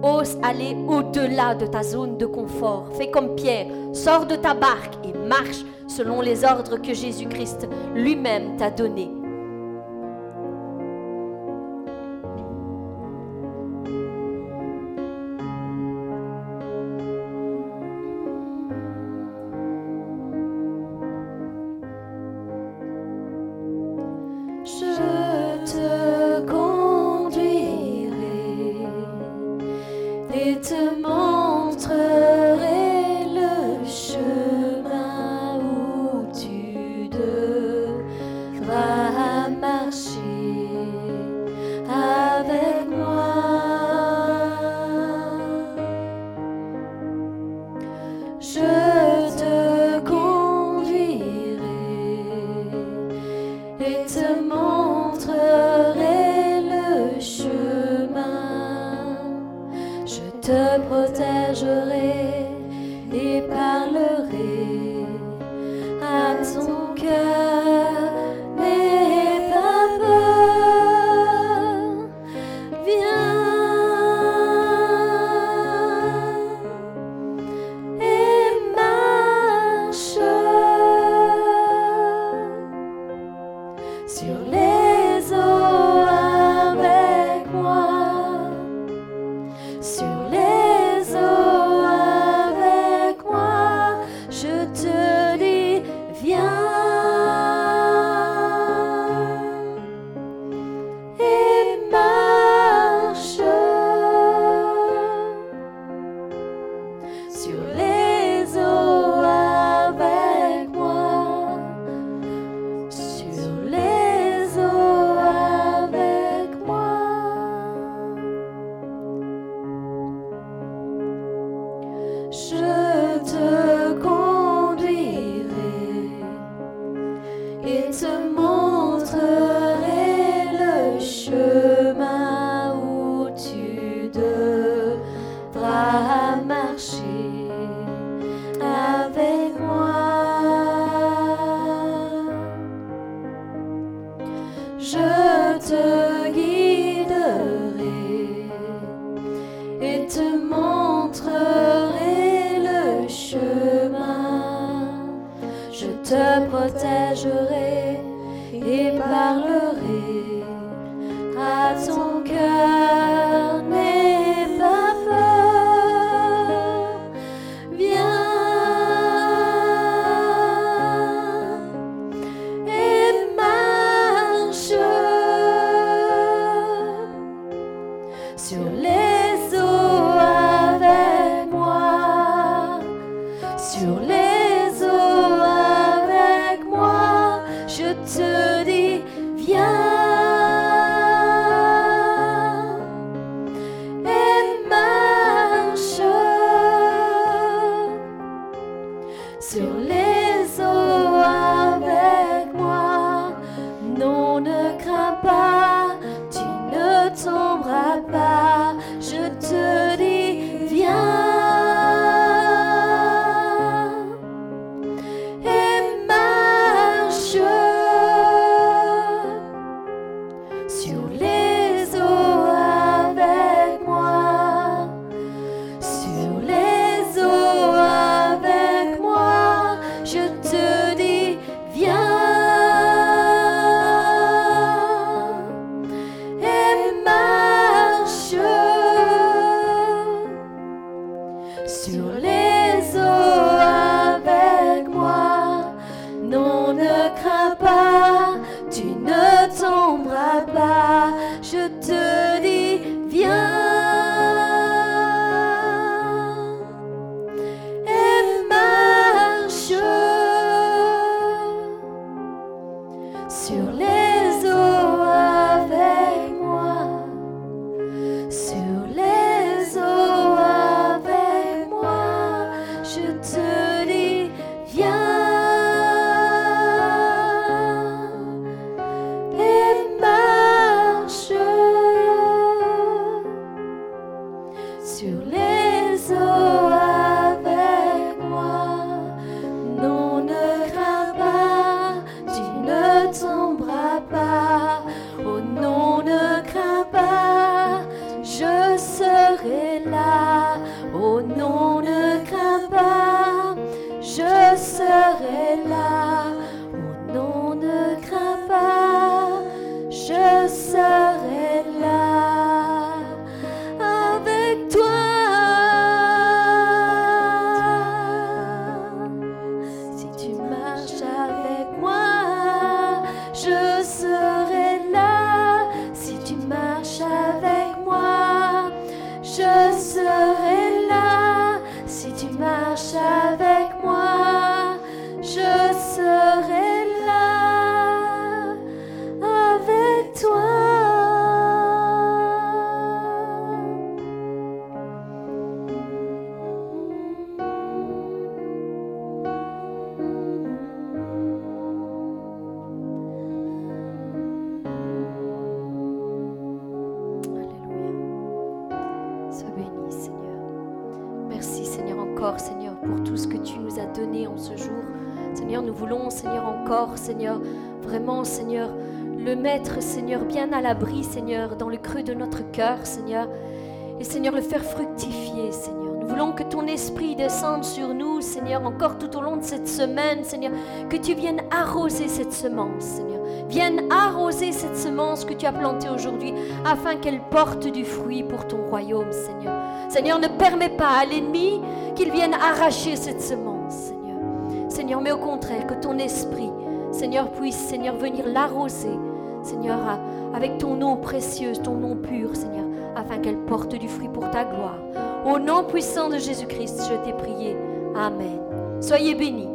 ose aller au-delà de ta zone de confort. Fais comme Pierre, sors de ta barque et marche selon les ordres que Jésus-Christ lui-même t'a donnés. Je te conduirai et te montrerai le chemin où tu devras marcher avec moi. Je te conduirai et te montrerai le chemin. Je te protégerai et parlerai à ton cœur. N'aie pas peur, viens et marche sur les eaux avec moi, sur les eaux avec moi, je te dis viens et marche sur les eaux avec moi, sur les eaux avec moi. Je te conduirai et te montrerai le chemin où tu devras marcher avec moi. Je te guiderai et te montrerai le chemin. Je te protégerai et parlerai à ton cœur. N'aie pas peur, viens et marche sur les eaux avec moi, sur les eaux avec moi, je te dis viens et marche sur les eaux avec moi. Non, ne crains pas, tu ne tomberas pas. Je te dis, viens et marche sur les eaux avec moi, sur les eaux avec moi, je te dis viens et marche sur les eaux avec moi. Non, ne crains pas, tu ne tomberas pas. Je te dis, viens et marche sur les eaux avec moi. Sur les eaux avec moi, je te dis, viens et marche sur les eaux avec moi. Non, ne crains pas, Oh, tu ne tomberas Oh, Oh, donné en ce jour. Seigneur, nous voulons, Seigneur, encore, Seigneur, vraiment, Seigneur, le mettre, Seigneur, bien à l'abri, Seigneur, dans le creux de notre cœur, Seigneur, et Seigneur, le faire fructifier, Seigneur. Nous voulons que ton esprit descende sur nous, Seigneur, encore tout au long de cette semaine, Seigneur, que tu viennes arroser cette semence, Seigneur. Vienne arroser cette semence que tu as plantée aujourd'hui, afin qu'elle porte du fruit pour ton royaume, Seigneur. Seigneur, ne permets pas à l'ennemi qu'il vienne arracher cette semence, Seigneur. Seigneur, mais au contraire, que ton esprit, Seigneur, puisse, Seigneur, venir l'arroser, Seigneur, à- avec ton nom précieux, ton nom pur, Seigneur, afin qu'elle porte du fruit pour ta gloire. Au nom puissant de Jésus-Christ, je t'ai prié. Amen. Soyez bénis.